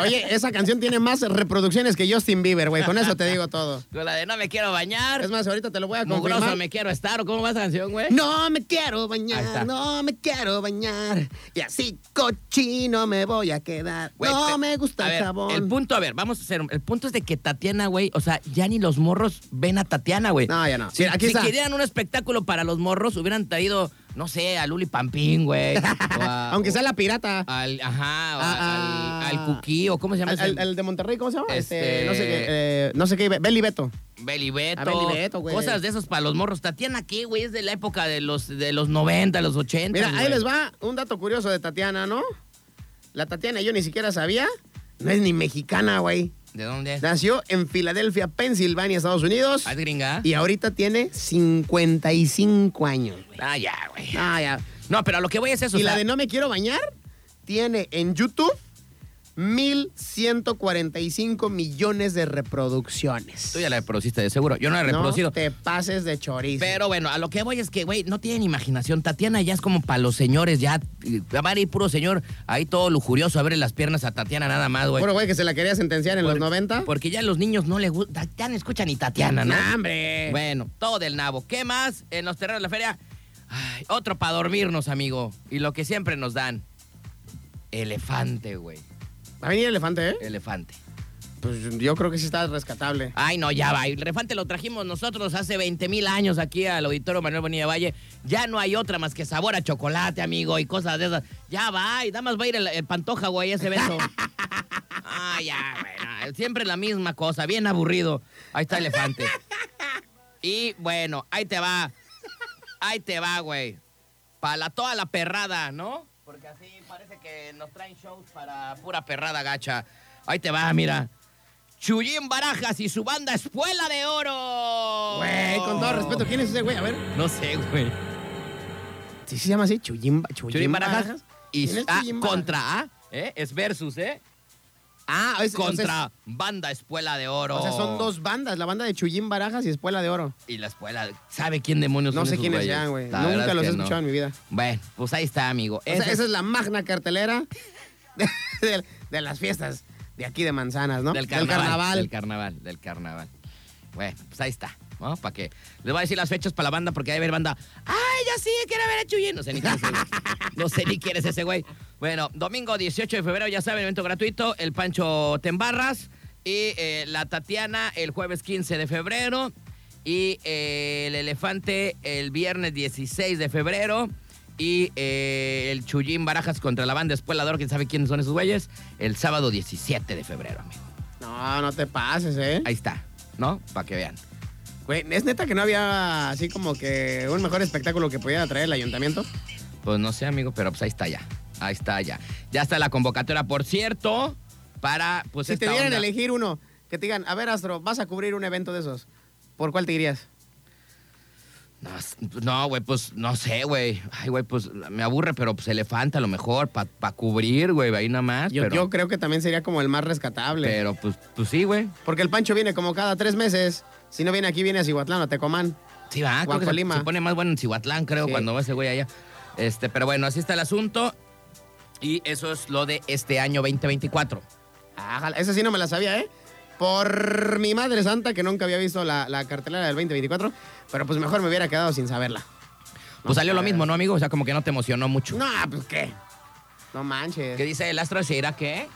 Oye, esa canción tiene más reproducciones que Justin Bieber, güey. Con eso te digo todo.
Con la de No me quiero bañar.
Es más, ahorita te lo voy a
mugroso
confirmar.
me quiero estar. ¿o ¿Cómo va esa canción, güey?
No me quiero
Ahí está.
bañar, no me quiero bañar. Y así cochino me voy a quedar.
Güey,
no
te-
me gusta
a
el
ver,
jabón.
El punto, a ver, vamos a hacer. El punto es de que Tatiana, güey, o sea, ya ni los morros ven a Tatiana, güey.
No, ya no.
Si,
Mira, aquí
si
está.
querían un espectáculo para los morros, hubieran traído, no sé, a Luli Pampín, güey. o a-
Ah, Aunque
o-
sea la pirata.
Al, ajá, o
Ah,
al,
ah.
al Cuquí, o cómo se llama
Al-
ese?
al- el de Monterrey, ¿cómo se llama? Este,
Este-
no sé qué, eh, no sé qué, Be- Beli Beto.
Belibeto.
A Belibeto, güey.
Cosas de esos para los morros. Tatiana, ¿qué, güey? Es de la época de los, de los 90, los 80.
Mira, ahí
güey.
les va un dato curioso de Tatiana, ¿no? La Tatiana yo ni siquiera sabía, no es ni mexicana, güey.
¿De dónde es?
Nació en Filadelfia, Pensilvania, Estados Unidos.
¿Ah, ¿Es gringa?
Y ahorita tiene 55 años, güey.
Ah, ya, güey.
Ah, ya.
No, pero a lo que voy es eso.
Y
o
la
sea,
de No me quiero bañar tiene en YouTube 1145 millones de reproducciones.
Tú ya la reproduciste, de seguro. Yo no la he reproducido.
No te pases de chorizo.
Pero bueno, a lo que voy es que, güey, no tienen imaginación. Tatiana ya es como para los señores, ya eh, van a ir puro señor ahí todo lujurioso, abre las piernas a Tatiana nada más, güey.
Bueno, güey, que se la quería sentenciar en los 90.
Porque ya a los niños no les gusta, ya no escuchan ni Tatiana, ¿no?
Nah, hombre.
Bueno, todo del nabo. ¿Qué más en los terrenos de la feria? Ay, otro para dormirnos, amigo. Y lo que siempre nos dan. Elefante, güey.
Va a venir elefante, ¿eh?
Elefante.
Pues yo creo que sí está rescatable.
Ay, no, ya va. El refante lo trajimos nosotros hace 20 mil años aquí al auditorio Manuel Bonilla Valle. Ya no hay otra más que sabor a chocolate, amigo, y cosas de esas. Ya va, y nada más va a ir el, el pantoja, güey, ese beso. Ay, ya, bueno, eh, siempre la misma cosa, bien aburrido. Ahí está elefante. Y bueno, ahí te va. Ahí te va, güey. Para la- toda la perrada, ¿no? Porque así parece que nos traen shows para pura perrada gacha. Ahí te va, mira. Chuyín Barajas y su banda Espuela de Oro.
Güey, con todo respeto, ¿quién es ese güey? A ver.
No sé, güey.
¿Sí se llama así? Chuyimba.
Chuyín Barajas, y
¿Quién es
ah,
Chuyín Barajas?
contra A, ¿eh? Es versus, ¿eh?
Ah, es,
Contra
entonces-
banda Espuela de Oro.
o sea, son dos bandas, la banda de Chuyín Barajas y Espuela de Oro.
Y la espuela, ¿sabe quién demonios
No
son
sé
esos
quiénes
güeyes?
sean, güey.
La
Nunca
verdad es
los he
que no.
escuchado en mi vida.
Bueno, pues ahí está, amigo.
O sea,
Ese
esa es la magna cartelera de, de- de las fiestas de aquí de Manzanas, ¿no?
Del carnaval. Del carnaval, del carnaval. Bueno, pues ahí está. ¿No? ¿Para qué? Les voy a decir las fechas para la banda porque hay ver banda. ¡Ay, ya sí! Quiero ver a Chuyín. No sé ni quién es ese güey. No sé ni quién es ese güey. Bueno, domingo 18 de febrero, ya saben, evento gratuito. El Pancho Tembarras y eh, la Tatiana el jueves 15 de febrero. Y eh, el Elefante el viernes 16 de febrero. Y eh, el Chuyín Barajas contra la banda Espuelador, quién sabe quiénes son esos güeyes, el sábado 17 de febrero, amigo.
No, no te pases, ¿eh?
Ahí está, ¿no? Para que vean.
Güey, es neta que no había así como que un mejor espectáculo que pudiera traer el ayuntamiento.
Pues no sé, amigo, pero pues ahí está ya. Ahí está ya. Ya está la convocatoria, por cierto, para pues
si te
esta
dieran a
onda.
elegir uno, que te digan, a ver, Astro, vas a cubrir un evento de esos, ¿por cuál te irías?
No, s- No, güey, pues no sé, güey. Ay, güey, pues me aburre, pero pues elefante a lo mejor para cubrir, güey, ahí nada más.
Yo,
pero,
yo creo que también sería como el más rescatable.
pero pues, pues sí, güey.
Porque el Pancho viene como cada tres meses. Si no viene aquí, viene a Cihuatlán o Tecomán.
Sí, va, creo que se,
Guacolima.
se pone más bueno en Cihuatlán, creo,
Sí.
cuando va ese güey allá. Este, pero bueno, así está el asunto. Y eso es lo de este año Pues 2024.
Ájala, esa sí no me la sabía, ¿eh? Por mi madre santa, que nunca había visto la, la cartelera del 2024. Pero pues mejor me hubiera quedado sin saberla.
Pues salió lo mismo, ¿no, amigo? O sea, como que no te emocionó mucho.
No, pues qué. No manches.
¿Qué dice el astro Shira qué?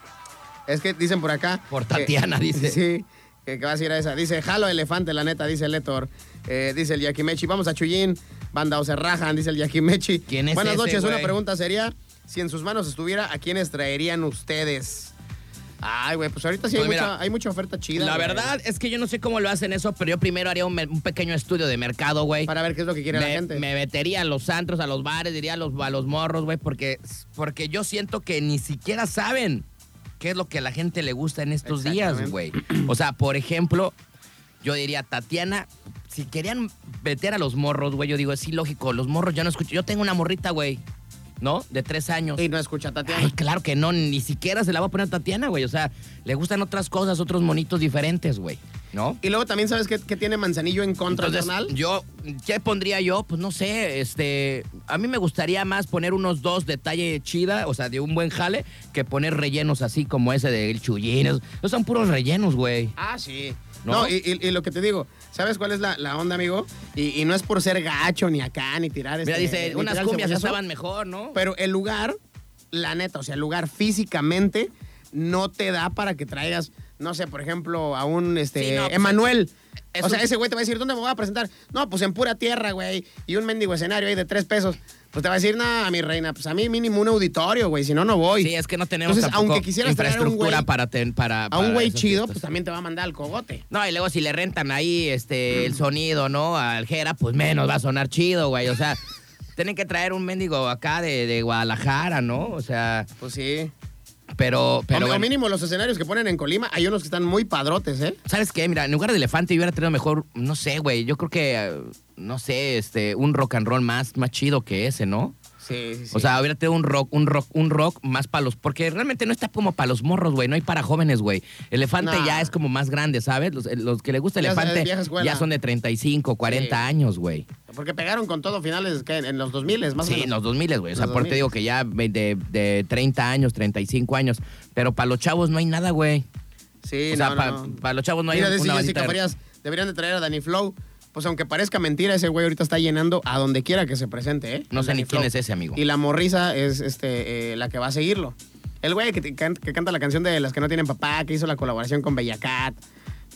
Es que dicen por acá.
Por
que-
Tatiana, dice.
Sí, que, que vas a ir a esa. Dice, jalo elefante, la neta, dice Letor. Eh, dice el Yakimechi, vamos a Chuyín, banda o se rajan, dice el Yakimechi.
¿Quién es
Buenas
ese,
noches, una
güey?
pregunta sería, si en sus manos estuviera, ¿a quiénes traerían ustedes? Ay, güey, pues ahorita sí hay,
Pues mira,
mucha, hay mucha oferta chida.
La
güey.
verdad es que yo no sé cómo lo hacen eso, pero yo primero haría un, me- un pequeño estudio de mercado, güey.
Para ver qué es lo que quiere
eh, me,
la gente.
me metería a los antros, a los bares, diría a los, a los morros, güey, porque, porque yo siento que ni siquiera saben qué es lo que a la gente le gusta en estos días, güey.
Exactamente.
O sea, por ejemplo, yo diría, Tatiana, si querían meter a los morros, güey, yo digo, es ilógico, los morros ya no escuchan. Yo tengo una morrita, güey, ¿no? De tres años.
Y no escucha a Tatiana.
Ay, claro que no, ni siquiera se la va a poner a Tatiana, güey. O sea, le gustan otras cosas, otros monitos diferentes, güey. ¿No?
Y luego también, ¿sabes qué, qué tiene Manzanillo en contra del
Entonces,
jornal?
yo, ¿qué pondría yo? Pues no sé, este, a mí me gustaría más poner unos dos de talle chida, o sea, de un buen jale, que poner rellenos así como ese de El Chuyín. Esos esos son puros rellenos, güey.
Ah, sí. No,
¿No?
y, y- y lo que te digo, ¿sabes cuál es la, la onda, amigo? Y, y no es por ser gacho, ni acá, ni tirar
Mira,
este,
dice,
ni
unas
tirar el
cumbias
cebollazo,
estaban mejor, ¿no?
Pero el lugar, la neta, o sea, el lugar físicamente no te da para que traigas, no sé, por ejemplo, a un este
Sí, no, pues,
Emanuel.
es
o sea,
un-
ese güey te va a decir, ¿dónde me voy a presentar? No, pues en pura tierra, güey. Y un mendigo escenario ahí de tres pesos. Pues te va a decir, nada, mi reina, pues a mí mínimo un auditorio, güey. Si no, no voy.
sí, es que no tenemos
Entonces,
tampoco
aunque quisieras traer a un
infraestructura
güey-
para, ten- para,
A un
para
güey
esas
chido,
fiestas.
pues también te va a mandar al cogote.
No, y luego si le rentan ahí este
Mm.
el sonido, ¿no? Al Jera, pues menos va a sonar chido, güey. O sea, tienen que traer un mendigo acá de, de Guadalajara, ¿no? O sea,
Pues sí.
pero,
Pero
pero bueno.
mínimo los escenarios que ponen en Colima, hay unos que están muy padrotes, ¿eh?
¿Sabes qué? Mira, en lugar de elefante yo hubiera tenido mejor, no sé, güey. Yo creo que, eh, no sé, este, un rock and roll más, más chido que ese, ¿no?
Sí, sí, sí.
O sea, hubiera tenido un rock, un rock, un rock más para los. Porque realmente no está como para los morros, güey. No hay para jóvenes, güey. Elefante
Nah.
ya es como más grande, ¿sabes? Los, eh, los que le gusta
Ya es-
elefante
es vieja escuela.
ya son de 35, 40
Sí.
años, güey.
porque pegaron con todo finales ¿qué? en los 2000, más o
Sí,
menos.
en los 2000, güey. O sea,
Los
por te
2000.
digo que ya ve- de, de 30 años, 35 años. Pero para los chavos no hay nada, güey.
Sí,
o sea,
no,
para
no.
los chavos no hay
Mira,
un-
dice
una bandita
Jessica
de-
Farías, deberían de traer a Danny Flow. Pues aunque parezca mentira, ese güey ahorita está llenando a donde quiera que se presente, ¿eh?
No sé
Danny
ni quién
Flow.
es ese, amigo.
Y la morrisa es este, eh, la que va a seguirlo. El güey que, te can- que canta la canción de Las que no tienen papá, que hizo la colaboración con Bellacat.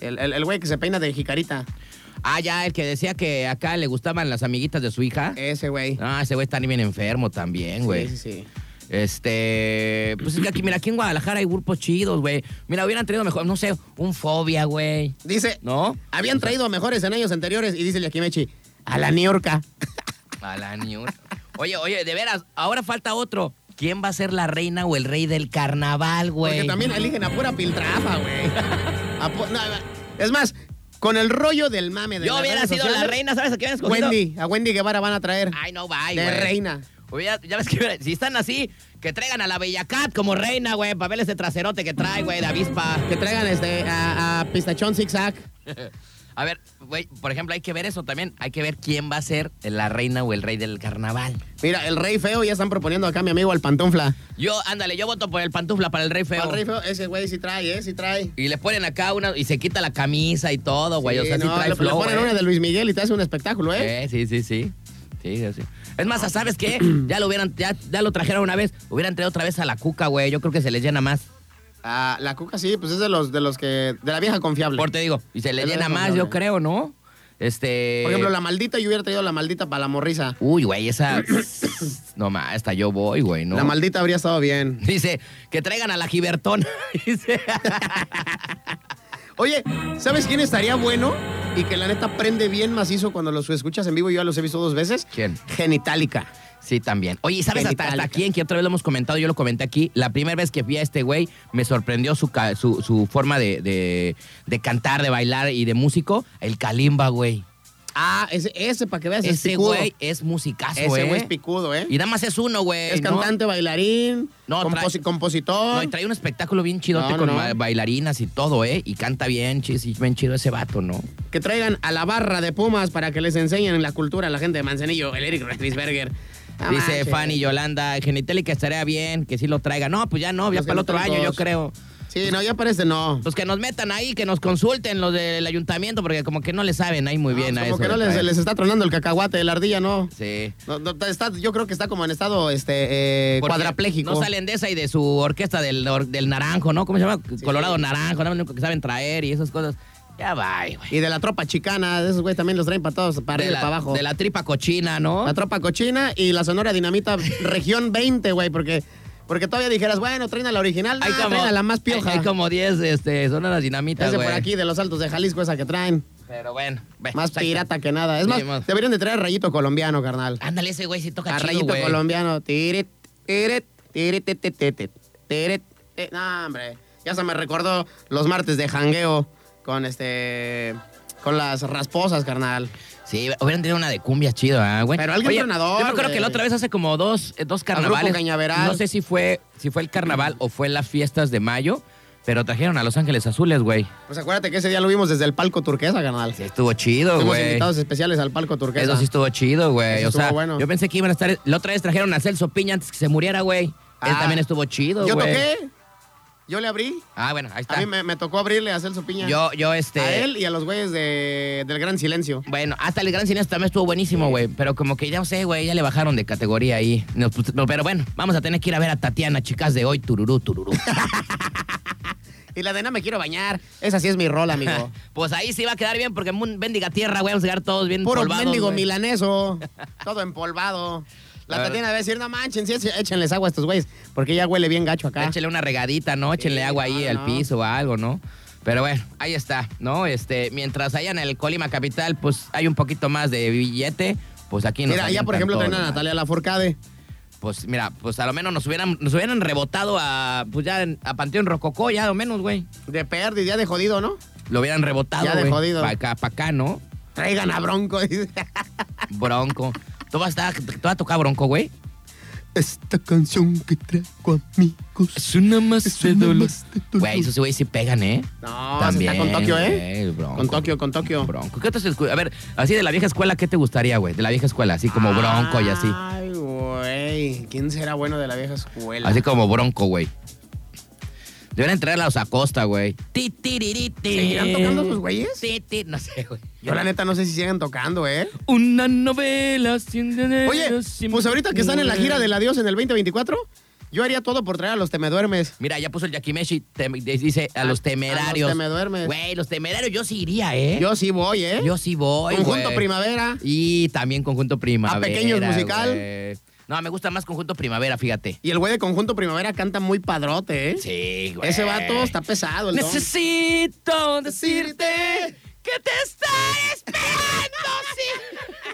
El, el, el güey que se peina de jicarita.
Ah, ya, el que decía que acá le gustaban las amiguitas de su hija.
Ese güey.
Ah, ese güey está bien enfermo también, güey.
Eh. Sí, sí, sí.
Este, pues es que aquí, mira, aquí en Guadalajara hay grupos chidos, güey. Mira, hubieran tenido mejor, no sé, un fobia, güey.
Dice,
¿No?
habían traído mejores en años anteriores y dice el Yakimechi, a la Niorca.
A la ñor- Oye, oye, de veras, ahora falta otro. ¿Quién va a ser la reina o el rey del carnaval, güey?
Porque también eligen a pura piltrafa, güey. A pu- no, es más, con el rollo del mame de
Yo
las
hubiera
redes
sido la
sociales,
reina, ¿sabes a quién hubieran escogido?
Wendy, a Wendy Guevara van a traer.
Ay, no, bye, güey.
de reina.
Hubiera- ya ves que hubiera- si están así, que traigan a la Bellacat como reina, güey, para ver ese traserote que trae, güey, de avispa.
Que traigan este, a, a Pistachón Zigzag.
A ver, güey, por ejemplo, hay que ver eso también. Hay que ver quién va a ser la reina o el rey del carnaval.
Mira, el rey feo ya están proponiendo acá a mi amigo al Pantufla.
Yo, ándale, yo voto por el pantufla para el rey feo.
Al rey feo, ese güey sí trae, ¿eh? Sí trae.
Y le ponen acá una y se quita la camisa y todo, güey. o sea,
Sí,
sí
no,
trae
le-
flow,
le ponen
eh.
una de Luis Miguel y te hace un espectáculo, ¿eh?
Eh, sí, sí, sí. Sí, sí, sí. Es más, ¿sabes qué? Ya lo hubieran, ya, ya lo trajeron una vez, hubieran traído otra vez a la cuca, güey. Yo creo que se les llena más.
Ah, la cuca sí, pues es de los, de los que... De la vieja confiable.
Por te digo, y se les
Es la
llena
de
más,
confiable.
yo creo, ¿no? Este.
Por ejemplo, la maldita, yo hubiera traído la maldita para la morrisa.
Uy, güey, esa. no más, hasta yo voy, güey, ¿no?
La maldita habría estado bien.
Dice, que traigan a la Gibertona. Dice.
Oye, ¿sabes quién estaría bueno? Y que la neta prende bien macizo cuando los escuchas en vivo. Yo ya los he visto dos veces.
¿Quién?
Genitalica.
Sí, también. Oye, ¿y ¿sabes hasta,
Genitalica.
hasta quién? Que otra vez lo hemos comentado, yo lo comenté aquí. La primera vez que vi a este güey, me sorprendió su, ca- su, su forma de, de- de cantar, de bailar y de músico. El Kalimba, güey.
Ah, ese, ese para que veas. es
Ese
picudo.
güey es musicazo,
Ese
¿eh?
güey es picudo, ¿eh?
Y nada más es uno, güey.
es
¿no?
cantante, bailarín,
No,
composi-
trae-
compositor.
No, y trae un espectáculo bien chidote
No,
con
no, no.
ba- bailarinas y todo, ¿eh? Y canta bien, chis, y bien chido ese vato, ¿no?
que traigan a la barra de Pumas para que les enseñen la cultura a la gente de Manzanillo. El Eric Retrisberger. No
Dice
manches.
Fanny Yolanda, Genitelica estaría bien, que sí lo traiga. No, pues ya no, ya
Los
para el otro año, yo
genitales.
creo.
Sí, no, ya parece no.
Pues que nos metan ahí, que nos consulten los del ayuntamiento, porque como que no le saben ahí muy bien
No,
a
como
eso.
que no
de
les,
traer.
les está tronando el cacahuate, la ardilla, no.
Sí.
No, no, está- yo creo que está como en estado este, eh,
Porque
cuadrapléjico.
No salen de esa y de su orquesta del, or- del naranjo, ¿no? ¿Cómo se llama? Colorado naranjo, nada más lo único que saben traer y esas cosas. Ya va, güey.
Y de la tropa chicana, de esos güey también los traen para todos,
De
para arriba y
la,
para abajo.
de la tripa cochina, ¿no?
La tropa cochina y la Sonora Dinamita Región 20, güey, porque, porque todavía dijeras, bueno, traen a la original, no, traen a Ah, la más pioja.
Hay, hay como 10 este, sonoras dinamitas,
Ese
güey.
por aquí, de los altos de Jalisco, esa que traen.
Pero bueno. ve,
Más
saca.
pirata que nada. Es
Sí,
más,
más.
deberían de traer rayito colombiano, carnal.
Ándale, ese güey si toca
A
chido,
rayito
güey.
colombiano. Tirit, tirit, tirit, tirit, tirit, tirit, tirit. No, hombre. Ya se me recordó los martes de jangueo con este. Con las rasposas, carnal.
Sí, hubieran tenido una de cumbia chido, ¿ah, güey?
Pero alguien
Oye,
tronador,
Yo me acuerdo
güey.
que la otra vez hace como dos, eh, dos
Al grupo
carnavales.
Cañaveral.
No sé si fue, si fue el carnaval o fue las fiestas de mayo, pero trajeron a Los Ángeles Azules, güey.
Pues acuérdate que ese día lo vimos desde el palco turquesa, carnal.
Sí, estuvo chido,
Fuimos
güey.
invitados especiales al palco turquesa.
Eso sí estuvo chido, güey.
Eso
O sea,
estuvo bueno.
yo pensé que iban a estar. La otra vez trajeron a Celso Piña antes que se muriera, güey. Él
Ah.
también estuvo chido, güey.
Yo toqué. Yo le abrí.
Ah, bueno, ahí
A
está.
mí me, me tocó abrirle a Celso Piña.
Yo, yo, este.
A él y a los güeyes de- del Gran Silencio.
Bueno, hasta el Gran Cine también estuvo buenísimo, güey. Pero como que ya no sé, güey, ya le bajaron de categoría ahí. No, pues, no, pero bueno, vamos a tener que ir a ver a Tatiana, chicas de hoy, tururú, tururú.
Y la de no me quiero bañar. Esa sí es mi rol, amigo.
pues ahí sí va a quedar bien porque mun- bendiga tierra, güey, vamos a llegar todos bien
Puro
polvados,
mendigo
güey.
milaneso. Todo empolvado.
A
La
ver.
Tatiana debe decir, no manchen, sí, sí, échenles agua a estos güeyes. Porque ya huele bien gacho acá.
Échele una regadita, ¿no? Échenle
Sí,
agua ahí
no,
al
no.
piso o algo, ¿no? Pero bueno, ahí está, ¿no? Este, mientras allá en el Colima Capital, pues hay un poquito más de billete, pues aquí nos
Mira, allá
avientan
por ejemplo
todo,
traen a
¿no?
Natalia Laforcade.
Pues mira, pues a lo menos nos hubieran, nos hubieran rebotado a, pues ya en- a Panteón Rococó, ya a lo menos, güey.
De perdi, ya de jodido, ¿no?
Lo hubieran rebotado,
Ya de jodido.
Para acá, pa' acá, ¿no?
Traigan a Bronco. dice.
Bronco. ¿Tú vas a, estar- te vas a tocar bronco, güey?
Esta canción que traigo amigos
Es una más
de dolor.
Güey, esos güeyes sí pegan, ¿eh?
No, se Ah, está con Tokio, ¿eh?
güey, bronco.
Con Tokio, con Tokio.
Bronco. ¿Qué otros escu- A ver, así de la vieja escuela, ¿qué te gustaría, güey? De la vieja escuela, así como bronco y así.
Ay, güey. ¿Quién será bueno de la vieja escuela?
Así como bronco, güey. Deberían traer a los Acosta, güey. Ti, ti, ri, ri, ti.
¿Seguirán tocando esos güeyes?
Ti, ti, no sé, güey.
Yo la neta no sé si siguen tocando, ¿eh?
Una novela sin
pues Oye, pues ahorita que están en la gira del adiós en el 2024, Yo haría todo por traer a los temeduermes.
Mira, ya puso el Yakimeshi, te- dice a los temerarios.
Ah, a los temeduermes.
Güey, los temerarios yo sí iría, ¿eh?
Yo sí voy, ¿eh?
Yo sí voy.
Conjunto
güey.
Primavera.
Y también Conjunto Primavera.
A Pequeños Musical.
güey. No, me gusta más Conjunto Primavera, fíjate.
Y el güey de Conjunto Primavera canta muy padrote, ¿eh?
Sí, güey.
Ese vato está pesado, el don.
Necesito decirte que te estoy esperando, sí.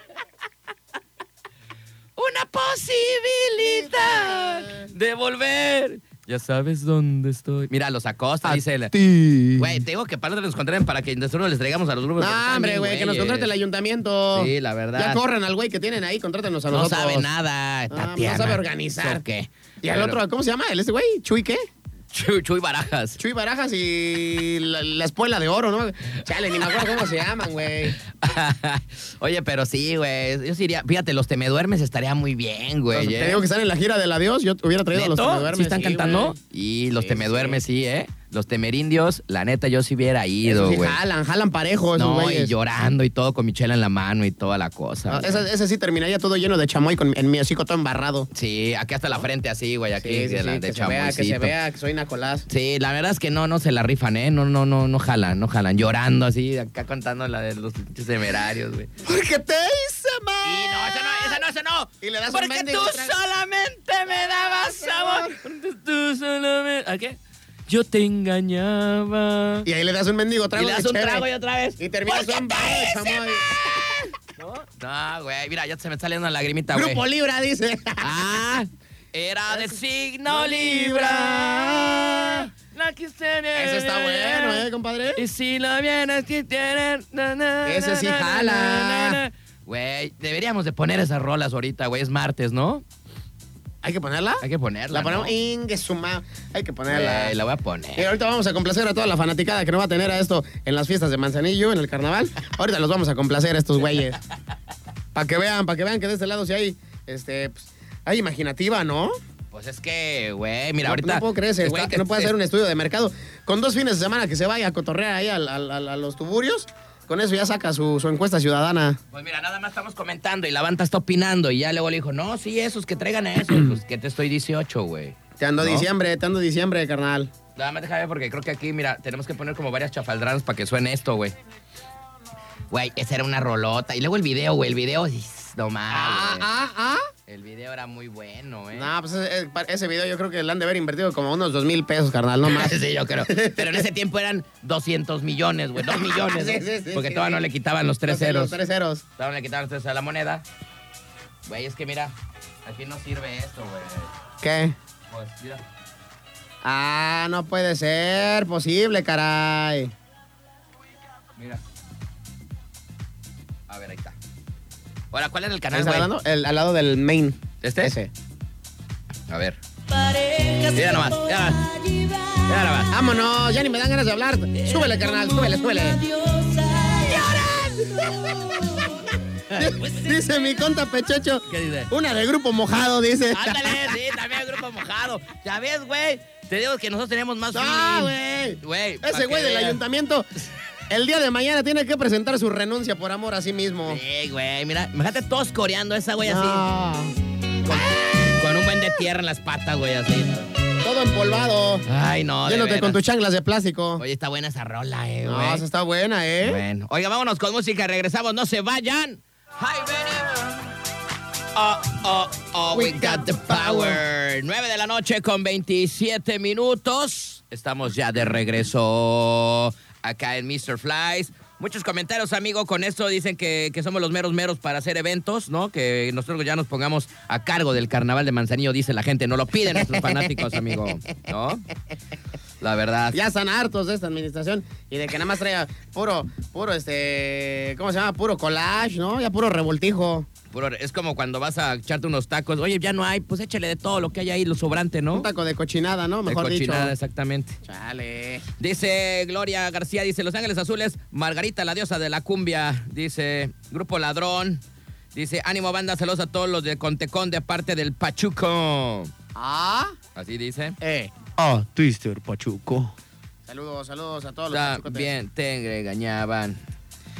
Una posibilidad de volver. Ya sabes dónde estoy. Mira, los
Ah,
acosta, dice la-
Ti.
Güey, te digo que para nos contraten para que nosotros les traigamos a los grupos. que
No,
están
hombre,
bien
güey, que nos
güeyes.
contrate el ayuntamiento.
Sí, la verdad.
Ya corran al güey que tienen ahí, contrátenos a
No
nosotros.
sabe nada, Tatiana.
sabe organizar.
¿O qué?
Y al
Pero-
otro, ¿cómo se llama? ¿El ese güey? ¿Chuy qué?
Chuy, Chuy Barajas.
Chuy Barajas y la, la espuela de oro, ¿no? Chale, ni me acuerdo cómo se llaman, güey.
Oye, pero sí, güey. Yo sí diría, fíjate, los temeduermes estaría muy bien, güey.
Te
¿eh?
digo que están en la gira del adiós, yo hubiera traído a los
¿Neto?
temeduermes.
¿Sí están
sí,
cantando?
güey.
Y los
Sí,
temeduermes, sí. ¿eh? Los temerindios, la neta, yo sí hubiera ido,
Esos sí
güey.
jalan, jalan parejo esos
no,
güeyes.
y llorando y todo con mi chela en la mano y toda la cosa.
Ah,
güey.
ese, ese sí terminaría todo lleno de chamoy con, en mi hocico todo embarrado.
Sí, aquí hasta la frente así, güey, aquí
Sí, sí,
de, la-
sí,
de
que se vea, que se
chamoycito.
vea que soy Nacolás.
Sí, la verdad es que no, no se la rifan, ¿eh? No, no, no, no jalan, no jalan. Llorando así, acá contando la de los pinches temerarios, güey.
Porque te hice mal.
Y no, esa no, esa no, esa no.
Y le das un
Porque
mendigo
tú
trago. Ah,
solamente me dabas sabor. Porque Tú solamente. ¿A qué? Yo te engañaba.
Y ahí le das un mendigo trago.
Y le das
de
un
cheve.
trago y otra vez.
Y terminas
Porque
un
te
barro de
hice
chamoy.
mal. No, güey, mira, ya se me está saliendo una lagrimita, güey.
Grupo Libra, dice.
Ah, era del signo Libra. La que se
Ese está bueno, ¿eh, compadre?
Y si lo vienes que tienen. na, na,
Ese
na,
sí
na, na,
jala.
na, na. Güey, deberíamos de poner esas rolas ahorita, güey. Es martes, ¿no?
¿Hay que ponerla?
Hay que ponerla.
La ponemos.
¿no?
Ingue su ma- Hay que ponerla.
Güey, la voy a
Y
poner.
ahorita vamos a complacer a toda la fanaticada que no va a tener a esto en las fiestas de Manzanillo, en el carnaval. Ahorita los vamos a complacer a estos güeyes. Para que vean, para que vean que de este lado sí hay, este, pues, hay imaginativa, ¿no?
Pues es que, güey, mira,
no,
ahorita.
no puedo creer ese
está-
güey que no puede hacer un estudio de mercado. Con dos fines de semana que se vaya a cotorrear ahí al- al- al- a los tuburios, con eso ya saca su, su encuesta ciudadana.
Pues mira, nada más estamos comentando y la banda está opinando. Y ya luego le dijo, no, sí, esos que traigan a esos. pues que te estoy 18, güey.
Te ando
¿No?
diciembre, te ando diciembre, carnal.
Nada más déjame ver porque creo que aquí, mira, tenemos que poner como varias chafaldranas para que suene esto, güey. Güey, esa era una rolota. Y luego el video, güey, el video, is- no
Ah,
mames. güey.
ah, ah.
El video era muy bueno, eh.
No, pues ese, ese video yo creo que le han de haber invertido como unos dos mil pesos, carnal, no más.
sí, yo creo. Pero en ese tiempo eran 200 millones, güey, 2 millones.
Sí,
güey.
sí, sí,
porque
sí,
todavía no
sí.
le quitaban los tres ceros.
Los tres ceros.
Todavía no le quitaban los tres ceros a la moneda. Güey, es que mira, aquí no sirve esto, güey.
¿Qué?
Pues mira.
Ah, no puede ser posible, caray.
Mira. A ver, ahí está. Ahora, ¿cuál era el
¿Estás
canal, güey?
hablando? El, al lado del main.
¿Este?
Ese.
A ver. Mira nomás, mira nomás, mira nomás.
Vámonos, ya ni me dan ganas de hablar.
Eh.
Súbele, carnal, súbele, súbele.
Pues,
Dice mi conta Pechocho.
¿Qué dice?
Una de grupo mojado, dice.
Ándale, sí, también el grupo mojado. Ya ves, güey. Te digo que nosotros tenemos más
¡Ah,
feeling.
güey!
Güey, pa'
Ese
que
güey del
veas.
ayuntamiento. El día de mañana tiene que presentar su renuncia por amor a sí mismo.
Sí, güey, mira, imagínate todos coreando a esa güey así.
Ah,
Con, con un buen de tierra en las patas, güey, así.
todo empolvado.
Ay, no, de
Yéndote
veras.
con tus chanclas de plástico.
Oye, está buena esa rola, eh,
no,
güey.
esa está buena, ¿eh?
Bueno, oiga, vámonos con música, regresamos, no se vayan. Hi, venimos. Oh, oh, oh, we got the power. 9 de la noche con 27 minutos. Estamos ya de regreso acá en Mr. Flies. Muchos comentarios, amigo, con esto dicen que, que somos los meros meros para hacer eventos, ¿no? Que nosotros ya nos pongamos a cargo del carnaval de Manzanillo, dice la gente. No lo piden nuestros fanáticos, amigo, ¿no? La verdad.
Ya están hartos de esta administración y de que nada más traiga puro, puro, este, ¿cómo se llama? Puro collage, ¿no? Ya puro revoltijo.
Puro- es como cuando vas a echarte unos tacos. Oye, ya no hay, pues échale de todo lo que hay ahí, lo sobrante, ¿no?
Un taco de cochinada, ¿no?
de
Mejor
cochinada,
dicho.
exactamente.
Chale.
Dice Gloria García, dice Los Ángeles Azules, Margarita, la diosa de la cumbia. Dice Grupo Ladrón. Dice Ánimo Banda, saludos a todos los de Contecón de parte del Pachuco.
Ah.
Así dice.
Eh.
Ah, Twister Pachuco.
Saludos, saludos a todos los pachucotes.
También te engañaban.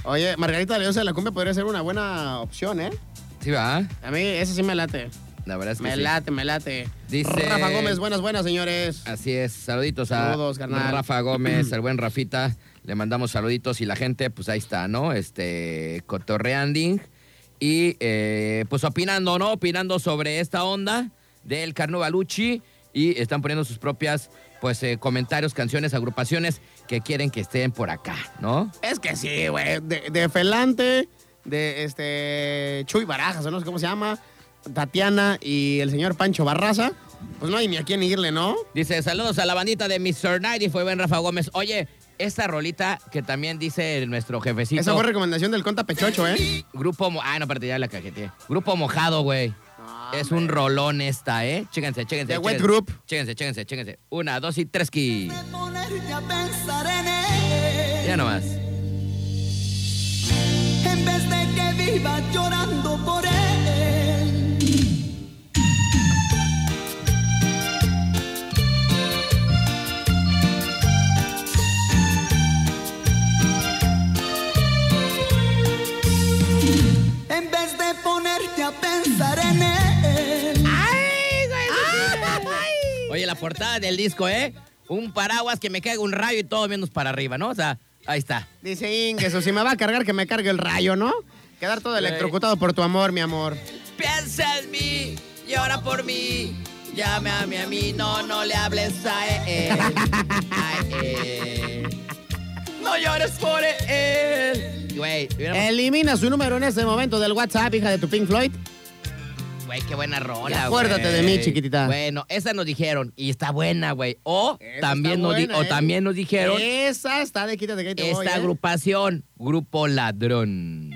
Oye, Margarita Leosa de la Cumbia podría ser una buena opción, ¿eh?
¿Sí va?
A mí esa sí me late.
La verdad es que
Me
sí.
late, me late.
Dice-
Rafa Gómez, buenas, buenas, señores.
Así es, saluditos
Saludos,
a
carnal.
Rafa Gómez, al buen Rafita, le mandamos saluditos y la gente, pues ahí está, ¿no? Este, cotorreanding y eh, pues opinando, ¿no? Opinando sobre esta onda del Carnovalucci y están poniendo sus propias, pues, eh, comentarios, canciones, agrupaciones que quieren que estén por acá, ¿no?
Es que sí, güey. De, de Felante, de este Chuy Barajas, o no sé cómo se llama, Tatiana y el señor Pancho Barraza, pues no hay ni a quién irle, ¿no?
Dice, saludos a la bandita de Mr. Night y fue buen Rafa Gómez. Oye, esta rolita que también dice nuestro jefecito.
Esa fue recomendación del Conta Pechocho, ¿eh?
Grupo Mo- Ah, no, espérate, ya la cajeteé. Grupo Mojado, güey. es un rolón esta, ¿eh? Chéquense, chéquense.
The Wet
chéquense.
Group.
Chéquense, chéquense, chéquense. Una, dos y tres ki.
ponerte a pensar en él.
Ya nomás.
En vez de que viva llorando por él. En vez de ponerte a pensar en él.
Oye, la portada del disco, ¿eh? Un paraguas que me caiga un rayo y todo menos para arriba, ¿no? O sea, ahí está.
Dice Ingeso, si me va a cargar, que me cargue el rayo, ¿no? Quedar todo electrocutado por tu amor, mi amor.
Piensa en mí y ahora por mí. Llámame a mí, no, no le hables a él. A él. No llores por él. Güey, hubiéramos-
Elimina su número en ese momento del WhatsApp, hija de tu Pink Floyd.
Güey, qué buena rola,
Y
güey.
acuérdate de mí, chiquitita.
Bueno, esa nos dijeron y está buena, güey. O
Esa
también
está
nos di-
buena,
o
¿eh?
también nos dijeron
Esa está de quítate que ahí te voy,
esta
¿eh?
agrupación, Grupo Ladrón.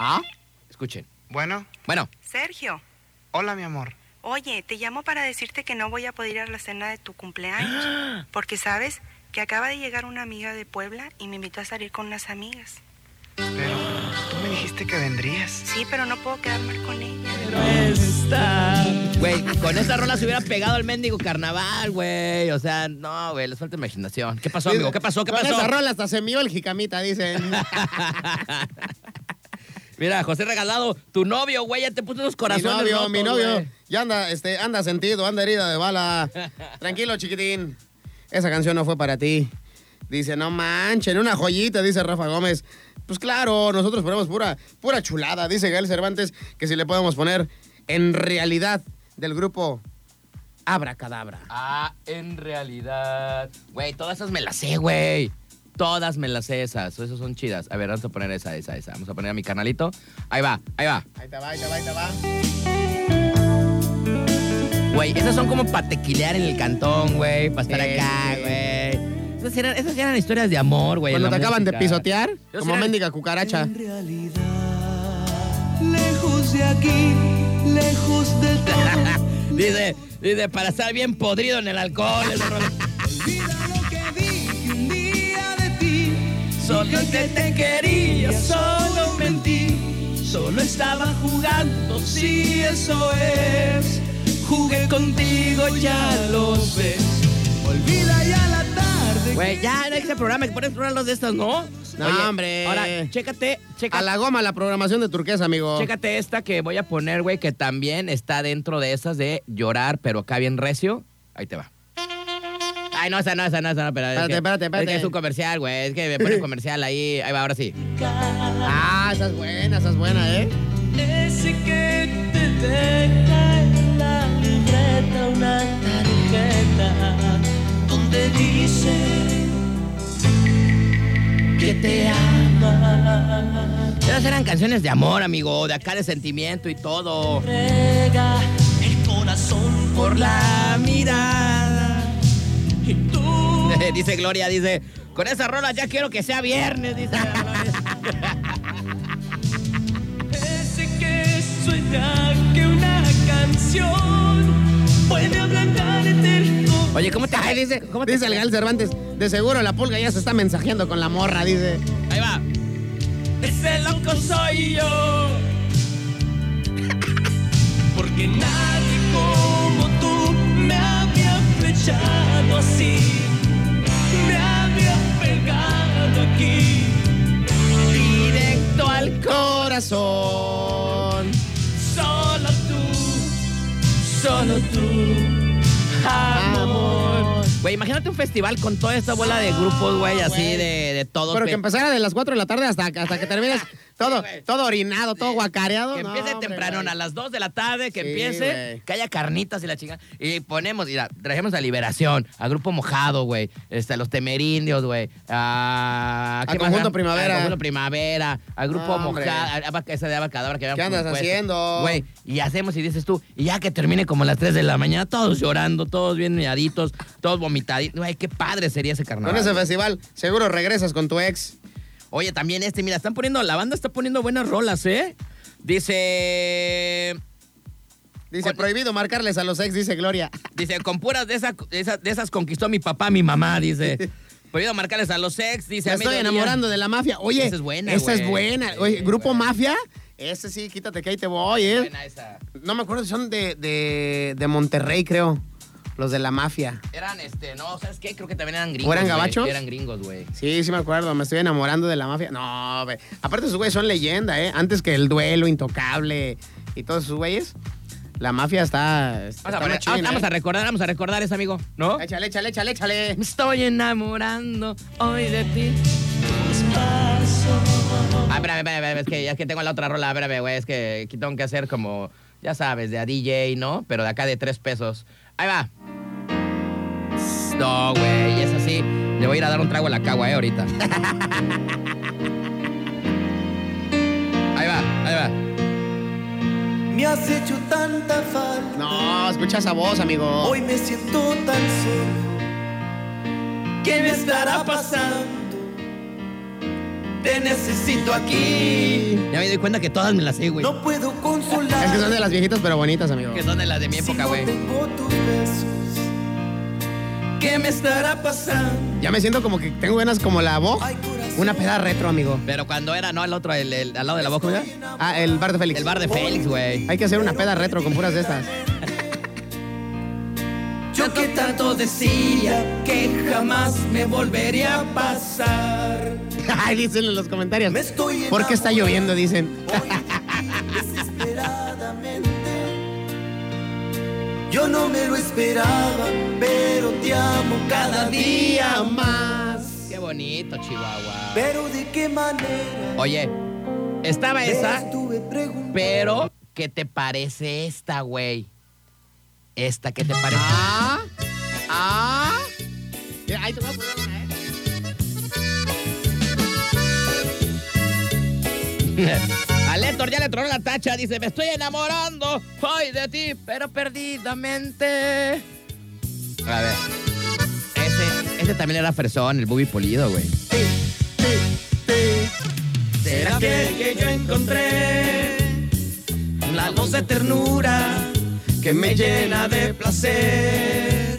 Ah,
Escuchen.
Bueno,
Bueno,
Sergio,
hola mi amor.
oye, te llamo para decirte que no voy a poder ir a la cena de tu cumpleaños, porque sabes que acaba de llegar una amiga de Puebla y me invitó a salir con unas amigas.
Pero tú me dijiste que vendrías.
Sí, pero no puedo quedar mal con ella.
güey, con esta rola se hubiera pegado el mendigo carnaval, güey. O sea, no, güey, les falta imaginación. ¿Qué pasó, amigo? ¿Qué pasó? ¿Qué
con
pasó?
esa rola hasta se me iba el jicamita, dicen.
Mira, José Regalado, tu novio, güey, ya te puso los
mi
corazones.
novio,
rotos,
mi novio.
güey.
Ya anda, este, anda sentido, anda herida de bala. Tranquilo, chiquitín. Esa canción no fue para ti. Dice, no manchen, una joyita, dice Rafa Gómez. Pues claro, nosotros ponemos pura, pura chulada, dice Gael Cervantes, que si le podemos poner en realidad del grupo Abracadabra.
Ah, en realidad. Güey, todas esas me las sé, güey. Todas me las sé esas. Esas son chidas. A ver, vamos a poner esa, esa, esa. Vamos a poner a mi canalito. Ahí va, ahí va.
Ahí te va, ahí te va, ahí te va.
Güey, esas son como para tequilear en el cantón, güey. Para estar
Sí,
acá,
sí.
güey. Esas eran, esas eran historias de amor, güey.
Cuando
en la
te acaban de
música.
pisotear,
Yo
como
sí-
mendiga cucaracha.
En realidad, lejos de aquí, lejos del todo.
dice, dice, para estar bien podrido en el alcohol. en el ron-
Olvida lo que dije un día de ti.
Solo que te quería, solo mentí.
Solo estaba jugando, sí, eso es. Jugué contigo, ya lo ves. Olvida ya la tarde.
Güey, ya, no hay que hacer programa, hay que poner programas de estas, ¿no?
No, hombre.
Ahora, chécate, chécate.
A la goma la programación de turquesa, amigo.
Chécate esta que voy a poner, güey, que también está dentro de esas de llorar, pero acá bien recio. Ahí te va. Ay, no, esa no, esa no, esa no, pero es
Espérate,
que-
espérate, espérate.
Es que es un comercial, güey. Es que me pone un comercial ahí. Ahí va, ahora sí.
Ah, esa es buena, esa es buena, ¿eh?
Ese que te deja en la libreta una tarjeta donde dice que te ama.
Esas eran canciones de amor, amigo, de acá de sentimiento y todo.
Entrega el corazón por la mirada y tú
dice Gloria, dice, con esa rola ya quiero que sea viernes, dice Gloria.
Ese que suena que una canción puede ablandarte el corazón.
Oye, ¿cómo te
Ay, dice, dice el Gal Cervantes, de seguro la pulga ya se está mensajeando con la morra, dice.
Ahí va.
Ese loco soy yo. Porque nadie como tú me había flechado así. Me había pegado aquí.
Directo al
Corazón.
Solo tú. solo tú, amor.
Güey, imagínate un festival con toda esta bola de grupos, güey, así de, de todo.
Pero
pe-
que empezara de las 4 de la tarde hasta, hasta que termines todo,
güey.
todo orinado, todo guacareado.
que
No,
empiece
hombre,
temprano,
güey.
a las 2 de la tarde, que
Sí,
empiece,
güey.
que haya carnitas y la chingada. Y ponemos, mira, trajemos a Liberación, a Grupo Mojado, güey, este, a los Temerindios, güey, a...
A
¿qué más?
Conjunto
A-
Primavera.
A Conjunto Primavera, a Grupo
No, hombre.
Mojado, a, Abaca- esa de Abacadabra que habíamos
andas
propuesto.
haciendo?
Güey, y hacemos y dices tú, y ya que termine como a las 3 de la mañana, todos llorando, todos bien miaditos, todos vomitaditos. Güey, qué padre sería ese carnaval.
Con ese
güey.
festival, seguro regresas con tu ex.
Oye, también este, mira, están poniendo, la banda está poniendo buenas rolas, ¿eh? Dice...
Dice,
Con-
prohibido marcarles a los ex, dice Gloria.
Dice, con puras de, esa- de esas- de esas conquistó mi papá, mi mamá, dice. Prohibido marcarles a los ex, dice.
Me
a
estoy
mediodía.
enamorando de la mafia. Oye,
Esa es buena,
Esa es
güey.
buena.
Sí,
Oye, Grupo
güey.
Mafia, ese sí, quítate que ahí te voy, ¿eh?
Buena esa.
No me acuerdo si son de, de, de Monterrey, creo. Los de la mafia.
Eran, este, no, ¿sabes qué? Creo que también eran gringos.
¿O eran
güey.
gabachos?
Eran gringos, güey.
Sí, sí me acuerdo. Me estoy enamorando de la mafia. No, güey. Aparte, esos güeyes son leyenda, ¿eh? Antes que el duelo intocable y todos esos güeyes, la mafia está. está
Vamos a, poner-
machín,
ah, vamos
¿eh?
a recordar, vamos a recordar eso, amigo, ¿no?
Échale, échale, échale, échale.
Me estoy enamorando hoy de ti. Ah, espérame, espérame, espérame, es que, es que tengo la otra rola, espérame, güey, es que aquí tengo que hacer como, ya sabes, de a DJ, ¿no? Pero de acá de tres pesos. Ahí va. No, güey, es así. Le voy a ir a dar un trago a la cagua, eh, ahorita. Ahí va, ahí va.
Me has hecho tanta falta,
No, escucha esa voz, amigo.
hoy me siento tan solo. ¿Qué me estará pasando? Te necesito aquí.
Ya me doy cuenta que todas me las sé, güey.
No puedo
Es que son
consolar.
de las viejitas, pero bonitas, amigo.
Que son de las de mi época, güey.
tengo tus besos. ¿Qué me estará pasando?
Ya me siento como que tengo ganas como la voz.
Ay, corazón.
Una peda retro, amigo.
Pero cuando era, no, al otro, el, el- al lado de la boca, ¿verdad?
Ah, el bar de Félix.
El bar de Félix, güey.
Hay que hacer una peda retro con puras de estas.
Yo que tanto decía que jamás me volvería a pasar.
Ay, dicen en los comentarios.
Me estoy
¿Por qué está lloviendo?
enamorando.
Dicen.
Hoy, desesperadamente. Yo no me lo esperaba, pero te amo cada día más.
Qué bonito, Chihuahua.
Pero de qué manera
Oye, estaba
te
esa,
estuve preguntando.
pero ¿qué te parece esta, güey? Esta, ¿qué te parece?
Ah, ah. Mira, ahí te voy a poner una, ¿eh? ¿eh?
Al Héctor ya le tronó la tacha, dice, me estoy enamorando, soy de ti, pero perdidamente. A ver. Ese, ese también era Fresón, el Bubi Polido, güey.
Será que, que yo encontré la voz de ternura que me llena de placer.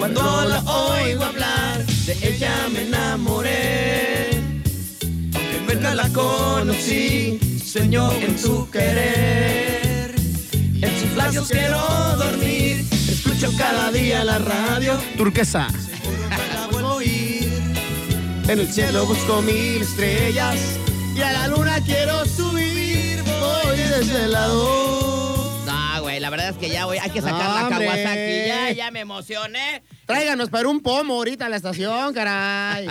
Cuando la oigo hablar, de ella me enamoré. Aunque en verdad la conocí, sueño en su querer. En sus labios quiero dormir, escucho cada día la radio,
Turquesa.
me la vuelvo a oír.
En el cielo busco mil estrellas y a la luna quiero subir. Voy desde el lado.
No, güey, la verdad es que ya, güey, hay que sacar la
¡Hombre!
Kawasaki. Ya, ya me emocioné.
Tráiganos para un pomo ahorita a la estación, caray.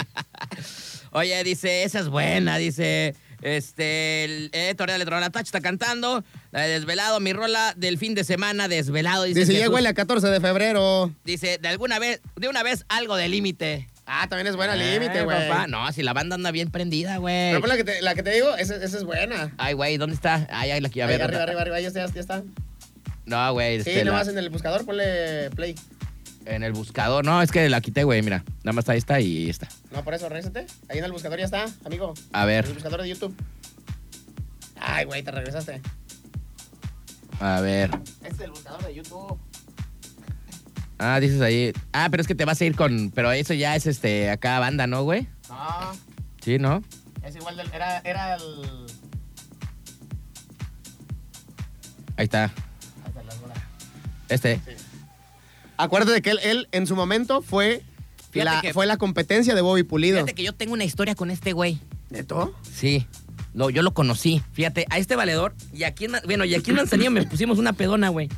Oye, dice, esa es buena, dice. Este, el Héctor de Letrona Tach está cantando. La de Desvelado, mi rola del fin de semana, Desvelado. Dice,
Dice, ya
Jesús.
huele a 14 de febrero.
Dice, de alguna vez, de una vez, algo de límite.
Ah, también es buena
Eh,
límite, güey.
papá. No, si la banda anda bien prendida, güey.
Pero pon la que te, la que te digo, esa, esa es buena.
Ay, güey, ¿dónde está? Ay, ay, la quiero
Ahí,
ver.
arriba, arriba, arriba, ya está, ya está.
No, güey,
Sí,
este, la-
nomás en el buscador ponle play.
en el buscador. No, es que la quité, güey, mira. Nada más está esta y esta.
No, por eso, regresate. Ahí en el buscador ya está, amigo.
A ver,
En el buscador de YouTube. Ay, güey, te regresaste.
a ver.
Este es el buscador de YouTube.
Ah, dices ahí. Ah, pero es que te vas a ir con. Pero eso ya es este acá banda, ¿no, güey?
No,
Sí, ¿no?
es igual del... Era, era el...
Ahí está. Este.
Acuérdate que él, él, en su momento fue
Fíjate
la,
que-
fue la competencia de Bobby Pulido.
Fíjate que yo tengo una historia con este güey.
¿Neto?
Sí. No, yo lo conocí. Fíjate, a este valedor y aquí en, bueno, y aquí en Manzanillo me pusimos una pedona, güey.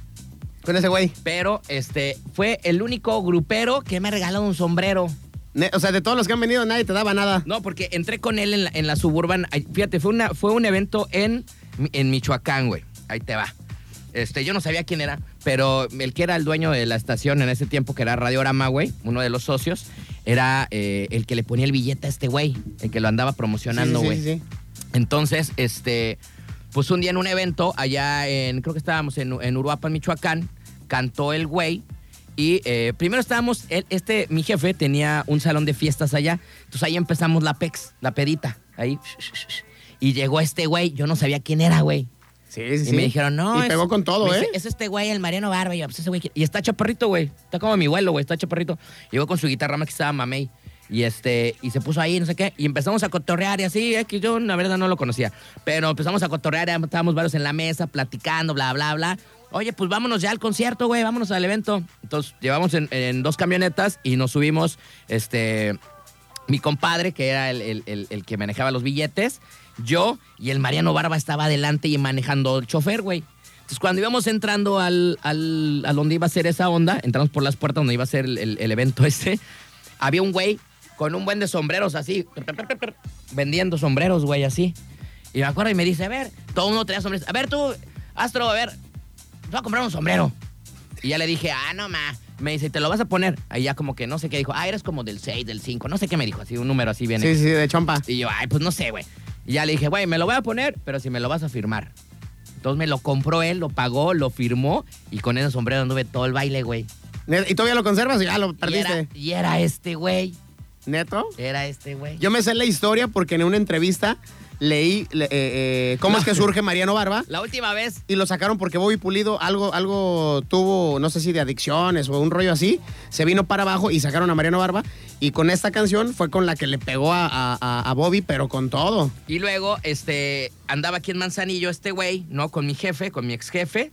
Con ese güey.
Pero este fue el único grupero que me ha regalado un sombrero.
Ne- O sea, de todos los que han venido, nadie te daba nada.
No, porque entré con él en la, en la suburban. Ay, Fíjate, fue, una, fue un evento en, en Michoacán, güey. Ahí te va. Este, yo no sabía quién era, pero el que era el dueño de la estación en ese tiempo, que era Radiorama, güey, uno de los socios, era eh, el que le ponía el billete a este güey, el que lo andaba promocionando,
Sí,
güey.
sí, sí, sí.
Entonces, este, pues un día en un evento allá en, creo que estábamos en, en Uruapan, Michoacán, cantó el güey. Y eh, primero estábamos, él- este, mi jefe tenía un salón de fiestas allá. Entonces ahí empezamos la pex, la pedita, ahí. Y llegó este güey, yo no sabía quién era, güey.
Sí, sí,
Y
sí.
me dijeron, no.
Y
es-
pegó con todo,
me
¿eh?
dice, es este güey, el Mariano Barba. Y yo, pues ese güey. ¿quién-?" Y está chaparrito, güey. Está como mi abuelo, güey. Está chaparrito. Llegó con su guitarra más que estaba mamey. Y este, y se puso ahí, no sé qué. Y empezamos a cotorrear y así, eh, que yo la verdad no lo conocía. Pero empezamos a cotorrear, ya estábamos varios en la mesa, platicando, bla, bla, bla. Oye, pues vámonos ya al concierto, güey, vámonos al evento. Entonces, llevamos en, en dos camionetas y nos subimos, este, mi compadre, que era el, el- el- el que manejaba los billetes, yo y el Mariano Barba estaba adelante y manejando el chofer, güey. Entonces, cuando íbamos entrando al, al- a donde iba a ser esa onda, entramos por las puertas donde iba a ser el, el- el evento este, había un güey con un buen de sombreros así, vendiendo sombreros, güey, así. Y me acuerdo y me dice, a ver, todo uno traía sombreros. A ver tú, Astro, a ver, te voy a comprar un sombrero. Y ya le dije, ah, no, ma. Me dice, ¿te lo vas a poner? Ahí ya como que no sé qué dijo. Ah, eres como del 6, del 5, no sé qué me dijo. Así un número así viene.
Sí, sí, de chompa.
Y yo, ay, pues no sé, güey. Y ya le dije, güey, me lo voy a poner, pero si me lo vas a firmar. Entonces me lo compró él, lo pagó, lo firmó y con ese sombrero anduve todo el baile, güey.
Ne- ¿Y todavía lo conservas o ya lo
Y era,
perdiste?
y era este, güey.
¿Neto?
Era este, güey.
Yo me sé la historia porque en una entrevista leí le- eh, eh, cómo es que surge Mariano Barba
La última vez.
y lo sacaron porque Bobby Pulido algo, algo tuvo, no sé si de adicciones o un rollo así, se vino para abajo y sacaron a Mariano Barba y con esta canción fue con la que le pegó a, a- a- a Bobby, pero con todo.
Y luego, este, andaba aquí en Manzanillo este güey, ¿no? Con mi jefe, con mi ex jefe.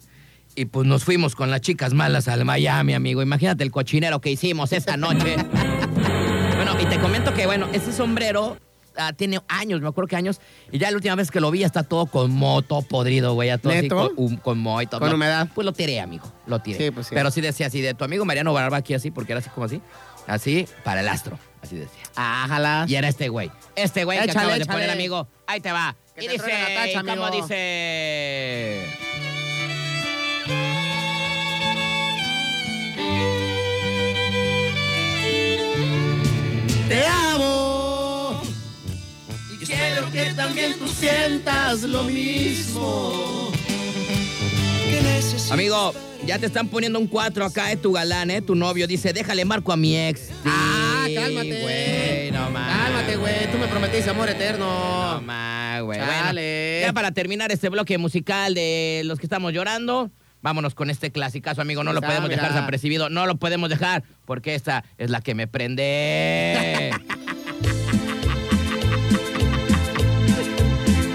Y pues nos fuimos con las chicas malas al Miami, amigo. Imagínate el cochinero que hicimos esa noche. bueno, y te comento que, bueno, ese sombrero ah, tiene años, me acuerdo que años. Y ya la última vez que lo vi ya está todo con moto podrido, güey. Ya todo así,
¿Neto?
con, hum- con moho y todo.
¿Con
No,
humedad?
Pues lo tiré, amigo. Lo tiré.
Sí, pues sí.
Pero sí decía así, de tu amigo Mariano Barba aquí así, porque era así como así. Así, para el astro. Así decía.
Ájala.
Y era este güey. Este güey que
Échale,
acabas de
échale.
poner, amigo. Ahí te va.
Que
y
te
dice,
truene la tacha,
¿y cómo
amigo?
dice?
Te amo. Y quiero que también tú sientas lo mismo.
Amigo, ya te están poniendo un 4 acá de tu galán, ¿eh? Tu novio dice, déjale marco a mi ex.
Ah,
Sí,
cálmate.
güey, no más.
Cálmate, güey. Tú me prometiste amor
No
eterno.
más, güey.
Chale.
Bueno, ya para terminar este bloque musical de los que estamos llorando, vámonos con este clasicazo, amigo. No lo
Ah,
podemos
mira.
dejar desapercibido. No lo podemos dejar porque esta es la que me prende.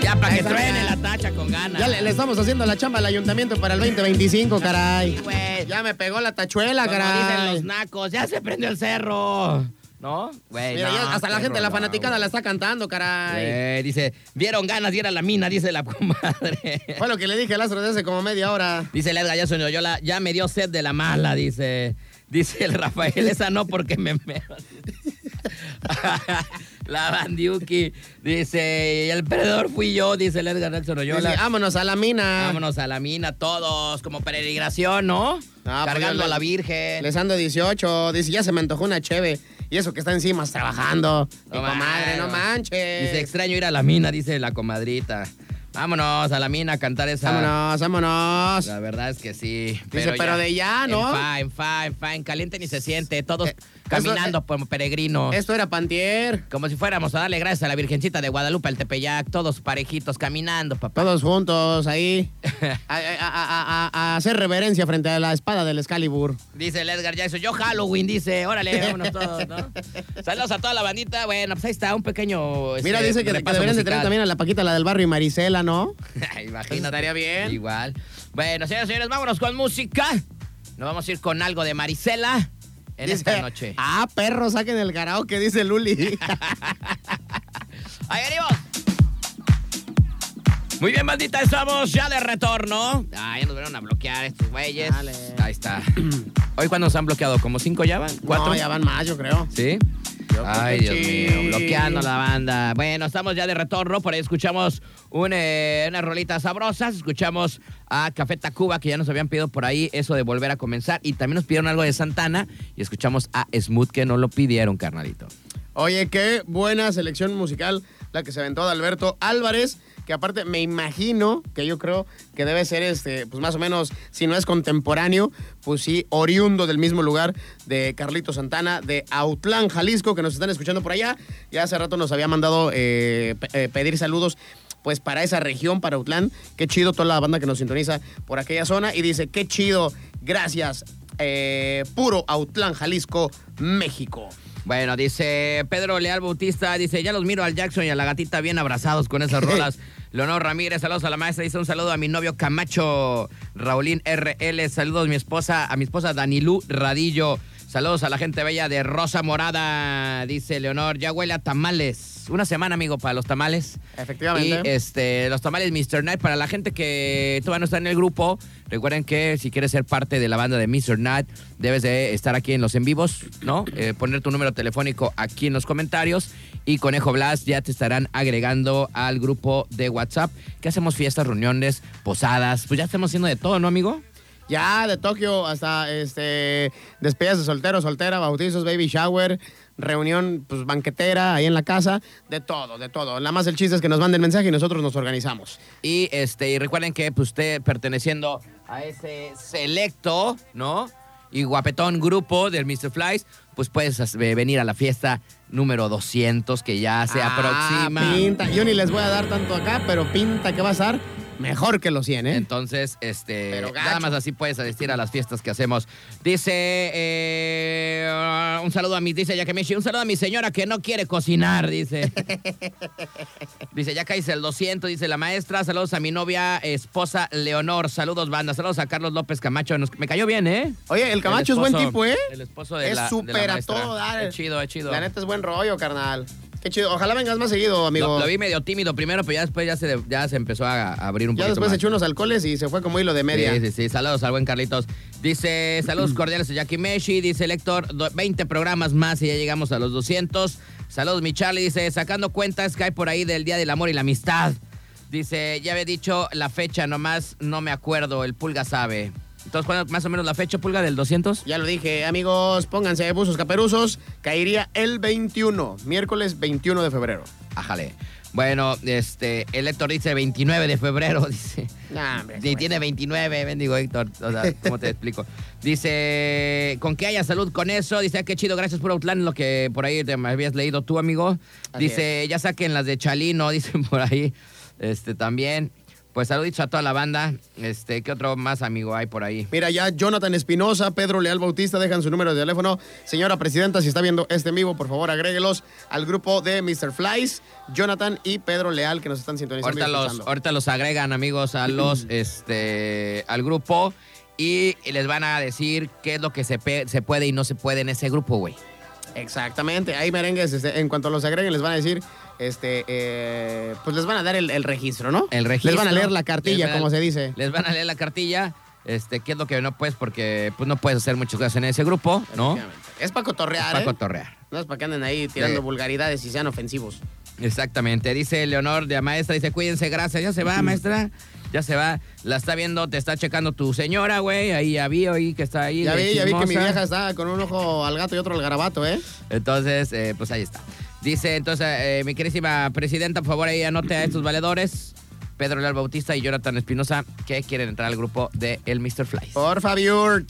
ya para
Ahí
que
está,
truene
mira.
la tacha con ganas.
Ya le, le estamos haciendo la chamba al ayuntamiento para el 2025, caray.
Sí, güey.
Ya me pegó la tachuela,
Como dicen los
caray.
nacos, ya se prendió el cerro. ¿No? Güey,
Mira,
no,
ya hasta la
cerro
gente, la
no,
fanaticada
güey.
la está cantando, caray.
Güey, dice, vieron ganas y era la mina, dice la comadre.
Fue lo que le dije al astro de hace como media hora.
Dice el Edgar, ya soñó, yo la, ya me dio sed de la mala, dice. Dice el Rafael, esa no porque me meo. la bandiuki. Dice, el perdedor fui yo, dice el Edgar Nelson
Dice, "Ah".
Oyola.
vámonos a la mina.
Vámonos a la mina todos, como peregrinación, ¿no?
Ah, pues
Cargando
yo
a
le-
la Virgen.
Les ando 18. Dice, ya se me antojó una cheve. Y eso que está encima trabajando. Mi
No
comadre,
mames.
no manches.
Dice, extraño ir a la mina, dice la comadrita. Vámonos a la mina a cantar esa.
Vámonos, vámonos.
La verdad es que sí.
pero de ya, ¿no?
En fine, fine, fine. Caliente ni se siente. Todos
Eh,
caminando
eso,
como peregrinos.
Esto era Pantier.
como si fuéramos a darle gracias a la Virgencita de Guadalupe, al Tepeyac. Todos parejitos caminando, papá.
Todos juntos ahí. A, a- a- a- a hacer reverencia frente a la espada del Excalibur.
Dice el Edgar ya hizo yo Halloween, dice, órale, vámonos todos, ¿no? Saludos a toda la bandita, bueno, pues ahí está, un pequeño...
Mira,
este,
dice que, que
repaso
deberían de tener
musical.
también a la Paquita, la del barrio y Marisela, ¿no?
Imagínate.
estaría bien.
Igual. Bueno, señores, señores, vámonos con música. Nos vamos a ir con algo de Marisela en
Dice,
esta noche.
Ah, perro, saquen el karaoke, dice Luli.
¡Ahí venimos! Muy bien, bandita, estamos ya de retorno. Ah, ya nos vieron a bloquear estos güeyes.
Dale.
Ahí está. Hoy cuando nos han bloqueado, como cinco ya van, cuatro.
No, ya van más, yo creo.
¿Sí?
Yo
Ay,
creo
Dios
que sí.
mío, bloqueando la banda. Bueno, estamos ya de retorno, por ahí escuchamos un, eh, unas rolitas sabrosas, escuchamos a Café Tacuba, que ya nos habían pedido por ahí eso de volver a comenzar, y también nos pidieron algo de Santana, y escuchamos a Smooth, que no lo pidieron, carnalito.
Oye, qué buena selección musical la que se aventó de Alberto Álvarez, que aparte me imagino que yo creo que debe ser este, pues más o menos, si no es contemporáneo, pues sí, oriundo del mismo lugar de Carlito Santana, de Autlán, Jalisco, que nos están escuchando por allá. Ya hace rato nos había mandado eh, pe- eh, pedir saludos. Pues para esa región, para Autlán, qué chido toda la banda que nos sintoniza por aquella zona. Y dice, qué chido, gracias, eh, puro Autlán, Jalisco, México.
Bueno, dice Pedro Leal Bautista, dice, ya los miro al Jackson y a la gatita bien abrazados con esas rolas. Leonor Ramírez, saludos a la maestra, dice un saludo a mi novio Camacho, Raulín RL, saludos a mi esposa, a mi esposa Danilú Radillo, saludos a la gente bella de Rosa Morada, dice Leonor, ya huele a tamales. Una semana, amigo, para los tamales.
Efectivamente.
Y este, los tamales Mr. Night, para la gente que todavía no está en el grupo, recuerden que si quieres ser parte de la banda de Mr. Night, debes de estar aquí en los en vivos, ¿no? Eh, poner tu número telefónico aquí en los comentarios y Conejo Blas ya te estarán agregando al grupo de WhatsApp, que hacemos fiestas, reuniones, posadas, pues ya estamos haciendo de todo, ¿no, amigo?
Ya de Tokio hasta este despedidas de soltero, soltera, bautizos, baby shower, reunión pues banquetera ahí en la casa, de todo, de todo. Nada más el chiste es que nos manden mensaje y nosotros nos organizamos.
Y este, y recuerden que pues, usted perteneciendo a ese selecto, ¿no? Y guapetón grupo del Mr. Flies, pues puedes as- eh, venir a la fiesta número 200 que ya se
Ah,
aproxima.
Pinta, yo ni les voy a dar tanto acá, pero pinta que va a estar mejor que los 100, ¿eh?
Entonces, este,
Pero gacho.
nada más así puedes asistir a las fiestas que hacemos. Dice, eh, un saludo a mi, dice Yakemishi, un saludo a mi señora que no quiere cocinar, dice. dice, ya caíse el 200, dice la maestra. Saludos a mi novia, esposa Leonor. Saludos, banda. Saludos a Carlos López Camacho. Nos- me cayó bien, ¿eh?
Oye, el Camacho es buen
esposo-
tipo, ¿eh?
El esposo de
es
la de la
súper a
maestra.
todo dar.
Es chido, es chido.
La neta es buen rollo, carnal. Qué chido. Ojalá vengas más seguido, amigo.
Lo, lo vi medio tímido primero, pero ya después ya se, ya se empezó a, a abrir un
ya
poquito
después
más.
echó unos alcoholes y se fue como hilo de media.
Sí, sí, sí. Saludos al buen Carlitos. Dice, saludos cordiales a Jackie Meshi. Dice, Héctor, do- 20 programas más y ya llegamos a los 200. Saludos, mi Charlie. Dice, sacando cuentas, cae por ahí del Día del Amor y la Amistad. Dice, ya había dicho la fecha, nomás no me acuerdo. El Pulga sabe. Entonces, ¿cuándo más o menos la fecha, Pulga, del 200?
Ya lo dije, amigos, pónganse buzos caperuzos. Caería el 21, miércoles 21 de febrero.
Ájale. Bueno, este, el Héctor dice 29 de febrero, dice.
Nah, hombre,
Sí,
güey.
tiene 29, bendigo Héctor. O sea, ¿cómo te explico? Dice, con que haya salud con eso. Dice, ah, qué chido, gracias por Outland, lo que por ahí te me habías leído tú, amigo.
Así
Dice, ya saquen las de Chalino, dicen por ahí. Este, también. Pues saluditos a toda la banda. Este, ¿qué otro más amigo hay por ahí?
Mira, ya Jonathan Espinosa, Pedro Leal Bautista dejan su número de teléfono. Señora Presidenta, si está viendo este en vivo, por favor, agréguelos al grupo de Mr. Flies, Jonathan y Pedro Leal, que nos están sintonizando. y
Ahorita los,
escuchando.
ahorita los agregan, amigos, a los, este, al grupo y les van a decir qué es lo que se, pe- se puede y no se puede en ese grupo, güey.
Exactamente, ahí merengues, este, en cuanto los agreguen, les van a decir, este, eh, pues les van a dar el, el registro, ¿no?
El registro.
Les van a leer la
Les
cartilla,
van a-
como se dice.
Les van a leer la cartilla, este, qué es lo que no puedes, porque pues no puedes hacer muchas cosas en ese grupo, ¿no?
Efectivamente. Es para cotorrear.
Para
¿eh?
cotorrear.
No es para que anden ahí tirando
Sí.
vulgaridades y sean ofensivos.
Exactamente. Dice Leonor de la maestra, dice, cuídense, gracias. Ya se va, maestra. Ya se va. La está viendo, te está checando tu señora, güey. Ahí ya vi, oí que está ahí.
Ya
de
vi, ya vi que mi
chismosa.
vieja está con un ojo al gato y otro al garabato, ¿eh?
Entonces, eh, pues ahí está. Dice, entonces, eh, mi querísima presidenta, por favor, ahí anote a estos valedores, Pedro Leal Bautista y Jonathan Espinosa, que quieren entrar al grupo de El Mr. Flies.
Por favor.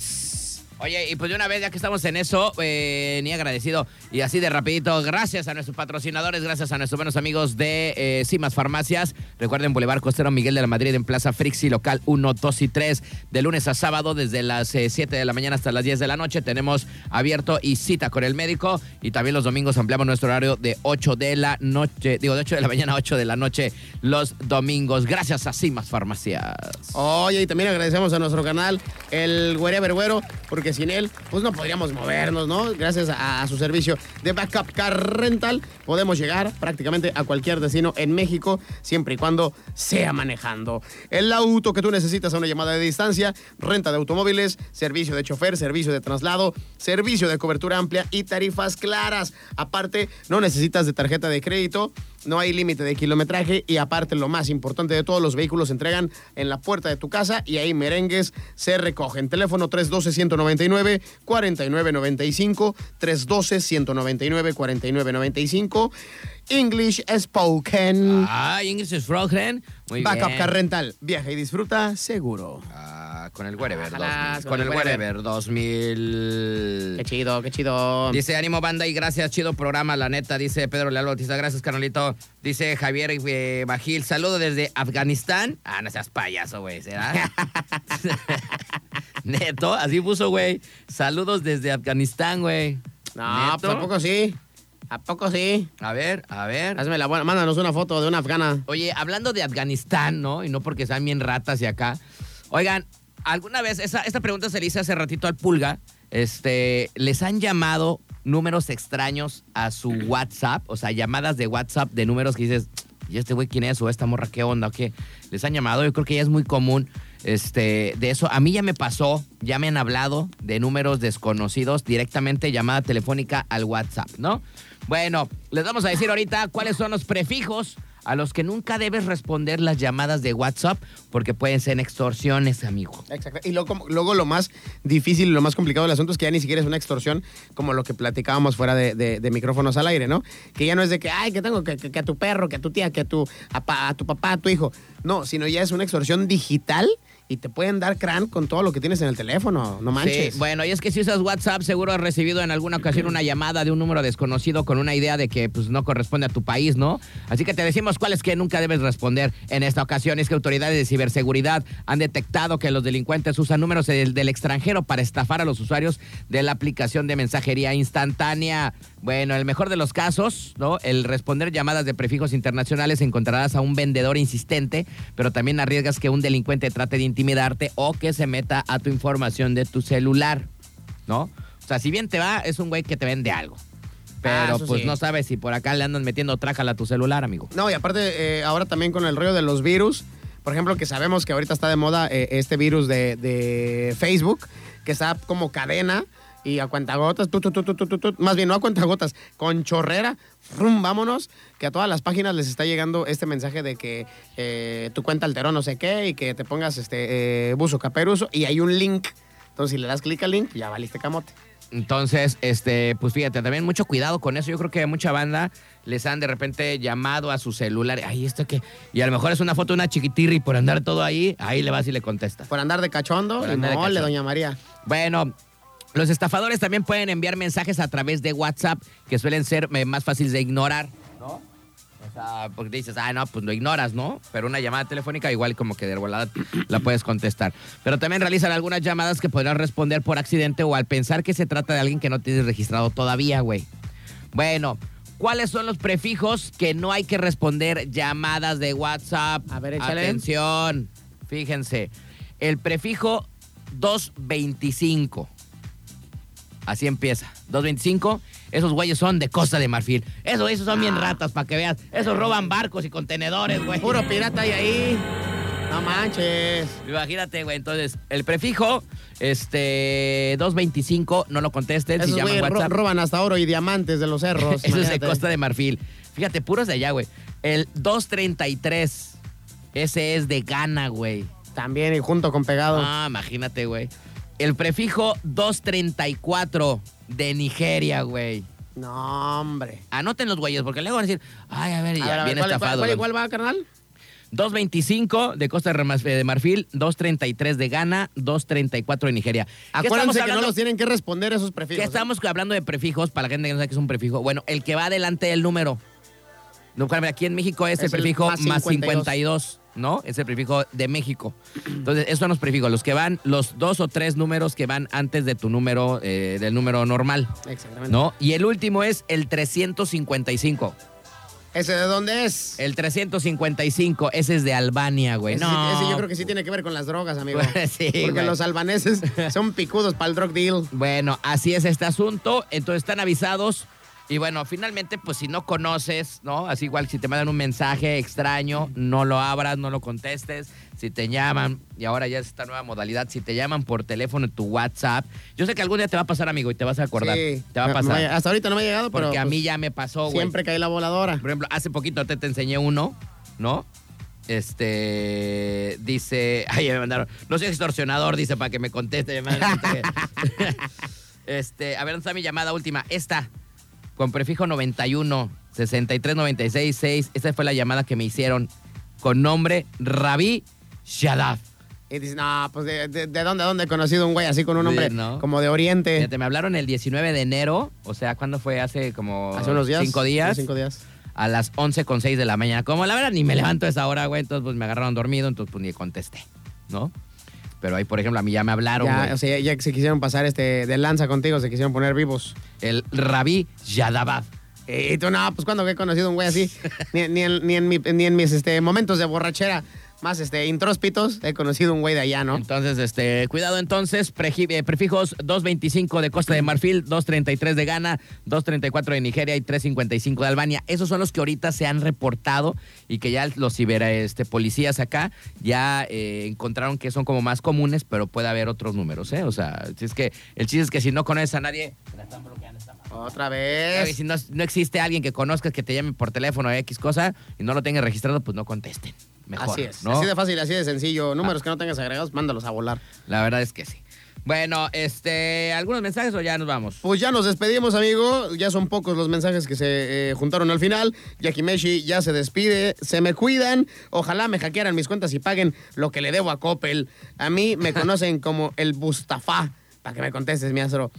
Oye, y pues de una vez, ya que estamos en eso, eh, ni agradecido, y así de rapidito, gracias a nuestros patrocinadores, gracias a nuestros buenos amigos de eh, Cimas Farmacias. Recuerden, Boulevard Costero Miguel de la Madrid en Plaza Frixi, local 1, 2 y 3, de lunes a sábado, desde las eh, 7 de la mañana hasta las 10 de la noche. Tenemos abierto y cita con el médico, y también los domingos ampliamos nuestro horario de 8 de la noche, digo, de 8 de la mañana a 8 de la noche los domingos. Gracias a Cimas Farmacias.
Oye, y también agradecemos a nuestro canal, el Güere Vergüero, porque porque sin él, pues no podríamos movernos, ¿no? Gracias a, a su servicio de Backup Car Rental, podemos llegar prácticamente a cualquier destino en México, siempre y cuando sea manejando. El auto que tú necesitas a una llamada de distancia, renta de automóviles, servicio de chofer, servicio de traslado, servicio de cobertura amplia y tarifas claras. Aparte, no necesitas de tarjeta de crédito. No hay límite de kilometraje y aparte lo más importante de todo, los vehículos se entregan en la puerta de tu casa y ahí merengues se recogen. Teléfono 312-199-4995, 312-199-4995, English Spoken,
Ah, English is Frogen. Muy
Mm. Backup
bien.
Car Rental, viaja y disfruta seguro.
Ah, con el Wherever
Ojalá,
2000.
con
Con
el
el Wherever 2000.
chido, qué chido.
Dice Ánimo Banda y gracias, chido programa, la neta, dice Pedro Leal Bautista, gracias, carnalito. Dice Javier eh, Bajil, saludo desde Afganistán. Ah, no seas payaso, güey, ¿será? Neto, así puso, güey. Saludos desde Afganistán, güey.
No, pues,
Neto.
¿a poco sí? ¿A poco sí?
A ver, a ver.
Hazme la buena, mándanos una foto de una afgana.
Oye, hablando de Afganistán, ¿no? Y no porque sean bien ratas y acá. Oigan, alguna vez, esa- esta pregunta se le hice hace ratito al Pulga. Este, ¿les han llamado números extraños a su WhatsApp? O sea, llamadas de WhatsApp de números que dices, ¿y este güey quién es? ¿O esta morra qué onda? ¿O qué? ¿Les han llamado? Yo creo que ya es muy común. Este, de eso, a mí ya me pasó, ya me han hablado de números desconocidos directamente, llamada telefónica al WhatsApp, ¿no? Bueno, les vamos a decir ahorita cuáles son los prefijos a los que nunca debes responder las llamadas de WhatsApp porque pueden ser extorsiones, amigo.
Exacto. Y luego, como- luego lo más difícil, lo más complicado del asunto es que ya ni siquiera es una extorsión como lo que platicábamos fuera de, de- de micrófonos al aire, ¿no? Que ya no es de que, ay, que tengo que, que- que a tu perro, que a tu tía, que a tu, a, pa- a tu papá, a tu hijo. No, sino ya es una extorsión digital y te pueden dar crán con todo lo que tienes en el teléfono. No manches.
Sí, bueno, y es que si usas WhatsApp, seguro has recibido en alguna ocasión una llamada de un número desconocido con una idea de que pues, no corresponde a tu país, ¿no? Así que te decimos cuáles que nunca debes responder. En esta ocasión es que autoridades de ciberseguridad han detectado que los delincuentes usan números del, del extranjero para estafar a los usuarios de la aplicación de mensajería instantánea. Bueno, el mejor de los casos, ¿no? El responder llamadas de prefijos internacionales encontrarás a un vendedor insistente, pero también arriesgas que un delincuente trate de intimidarte o que se meta a tu información de tu celular, ¿no? O sea, si bien te va, es un güey que te vende algo.
Ah,
Pero
eso
pues
sí.
no sabes si por acá le andan metiendo trájala a tu celular, amigo.
No, y aparte, eh, ahora también con el rollo de los virus, por ejemplo, que sabemos que ahorita está de moda eh, este virus de, de Facebook, que está como cadena y a cuentagotas, tu, tu, tu, tu, tu, tu, tu, más bien no a cuentagotas, con chorrera, rum, vámonos, que a todas las páginas les está llegando este mensaje de que eh, tu cuenta alteró no sé qué y que te pongas este eh, buzo caperuso y hay un link. Entonces, si le das clic al link, ya valiste camote.
Entonces, este, pues fíjate, también mucho cuidado con eso. Yo creo que a mucha banda les han de repente llamado a su celular. Ay, esto que. Y a lo mejor es una foto de una chiquitirri por andar todo ahí. Ahí le vas y le contestas.
Por andar de cachondo,
Por
y
andar de
mole,
cachondo.
doña María.
Bueno, los estafadores también pueden enviar mensajes a través de WhatsApp que suelen ser eh, más fáciles de ignorar, ¿no? O sea, porque dices, ah, no, pues lo ignoras, ¿no? Pero una llamada telefónica igual como que de volada la puedes contestar. Pero también realizan algunas llamadas que podrán responder por accidente o al pensar que se trata de alguien que no tienes registrado todavía, güey. Bueno, ¿cuáles son los prefijos que no hay que responder llamadas de WhatsApp?
A ver, échale.
Atención, fíjense. El prefijo 225. Así empieza. 225. Esos güeyes son de Costa de Marfil. Esos, esos son
Ah.
bien ratas, para que veas. Esos roban barcos y contenedores, güey.
Eh. Puro pirata hay ahí. No manches.
Imagínate, güey. Entonces, el prefijo, este, 225, no lo contesten.
Esos
si llaman
güey ro-
WhatsApp.
roban hasta oro y diamantes de los cerros.
Eso es de
imagínate.
Costa de Marfil. Fíjate, puros de allá, güey. El 233. Ese es de Ghana, güey.
También y junto con pegado.
Ah, imagínate, güey. El prefijo 234 de Nigeria, güey.
No, hombre.
Anoten los güeyes, porque luego van a decir, ay, a ver,
A
ya,
ver, a ver,
bien
¿cuál-
estafado.
cuál-
güey.
cuál va, carnal?
225 de Costa de Remar- de Marfil, 233 de Ghana, 234 de Nigeria. ¿Qué estamos
Acuérdense que no
hablando?
los tienen ¿eh? que responder esos prefijos.
¿Qué estamos hablando de prefijos para la gente que no sabe qué es un prefijo? Bueno, el que va delante del número. No, Carmen, Aquí en México es,
Es
el
el
prefijo
más
más
52.
52, ¿no? Es el prefijo de México. Entonces, esos son los prefijos, los que van, los dos o tres números que van antes de tu número, eh, del número normal,
Exactamente.
¿no? Y el último es el 355.
¿Ese de dónde es?
El 355, ese es de Albania, Eh, güey.
Ese, sí-
No.
ese yo creo que sí tiene que ver con las drogas, amigo.
Pues sí,
Porque
güey.
los albaneses son picudos para el drug deal.
Bueno, así es este asunto. Entonces están avisados. Y bueno, finalmente, pues si no conoces, ¿no? Así igual si te mandan un mensaje extraño, no lo abras, no lo contestes. Si te llaman, y ahora ya es esta nueva modalidad, si te llaman por teléfono en tu WhatsApp. Yo sé que algún día te va a pasar, amigo, y te vas a acordar.
Sí.
Te va a
Me-
pasar.
me- hasta ahorita no me ha llegado,
porque
pero.
a mí
pues,
ya me pasó, güey.
Siempre cae la voladora.
Por ejemplo, hace poquito te, te enseñé uno, ¿no? Este dice, ay, ya me mandaron, no soy extorsionador, dice para que me conteste. me mandaron este- este, a ver, ¿dónde está mi llamada última? Esta, con prefijo 91 63 96 6. Esa fue la llamada que me hicieron con nombre Rabí Shadaf.
Y dices, no, pues de, de- de dónde a dónde he conocido un güey así con un
Sí,
hombre
¿no?
como de Oriente.
Fíjate, me hablaron el 19 de enero, o sea, ¿cuándo fue? Hace como
Hace unos días.
cinco días.
Cinco días.
a las 11.06 de la mañana. Como la verdad ni me levanto a esa hora, güey, entonces pues me agarraron dormido, entonces pues ni contesté, ¿no? Pero ahí, por ejemplo, a mí ya me hablaron,
ya,
güey.
o sea, ya que se quisieron pasar este de lanza contigo, se quisieron poner vivos.
el Rabí Yadabad.
Y tú, no, pues cuando he conocido un güey así, ni, ni en, ni en mi- ni en mis este, momentos de borrachera más este, intróspitos, he conocido un güey de allá, ¿no?
Entonces, este, cuidado entonces, preji- eh, prefijos 225 de Costa de Marfil, 233 de Ghana, 234 de Nigeria y 355 de Albania. Esos son los que ahorita se han reportado y que ya los ciber, este, policías acá ya eh, encontraron que son como más comunes, pero puede haber otros números, ¿eh? O sea, si es que el chiste es que si no conoces a nadie,
Otra
Claro, y
vez.
si no, no existe alguien que conozcas que te llame por teléfono a X cosa y no lo tengas registrado, pues no contesten. Mejor.
así es.
¿no? Ah.
Así de fácil, así de sencillo. Números que no tengas agregados, mándalos a volar.
La verdad es que sí. Bueno, este, ¿algunos mensajes o ya nos vamos?
Pues ya nos despedimos, amigo. Ya son pocos los mensajes que se eh, juntaron al final. Yakimeshi ya se despide. Se me cuidan. Ojalá me hackearan mis cuentas y paguen lo que le debo a Coppel. A mí me conocen como el Bustafá. Para que me contestes, mi astro.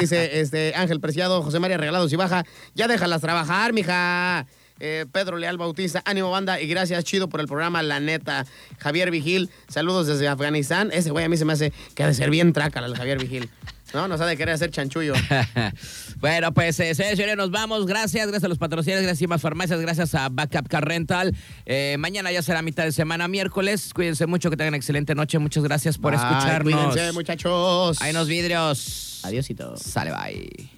Dice este Ángel Preciado, José María Regalados y Baja. Ya déjalas trabajar, mija. Eh, Pedro Leal Bautista, ánimo banda y gracias, chido por el programa, la neta. Javier Vigil, saludos desde Afganistán. Ese güey a mí se me hace que ha de ser bien trácala el Javier Vigil. No, nos ha de querer hacer chanchullo.
bueno, pues, eh, señores, señores, nos vamos. Gracias, gracias a los patrocinadores, gracias a más farmacias, gracias a Backup Car Rental. Eh, mañana ya será mitad de semana, miércoles. Cuídense mucho, que tengan excelente noche. Muchas gracias por
Bye,
escucharnos.
Cuídense, muchachos.
Ahí nos vidrios.
Adiósito.
Sale, bye.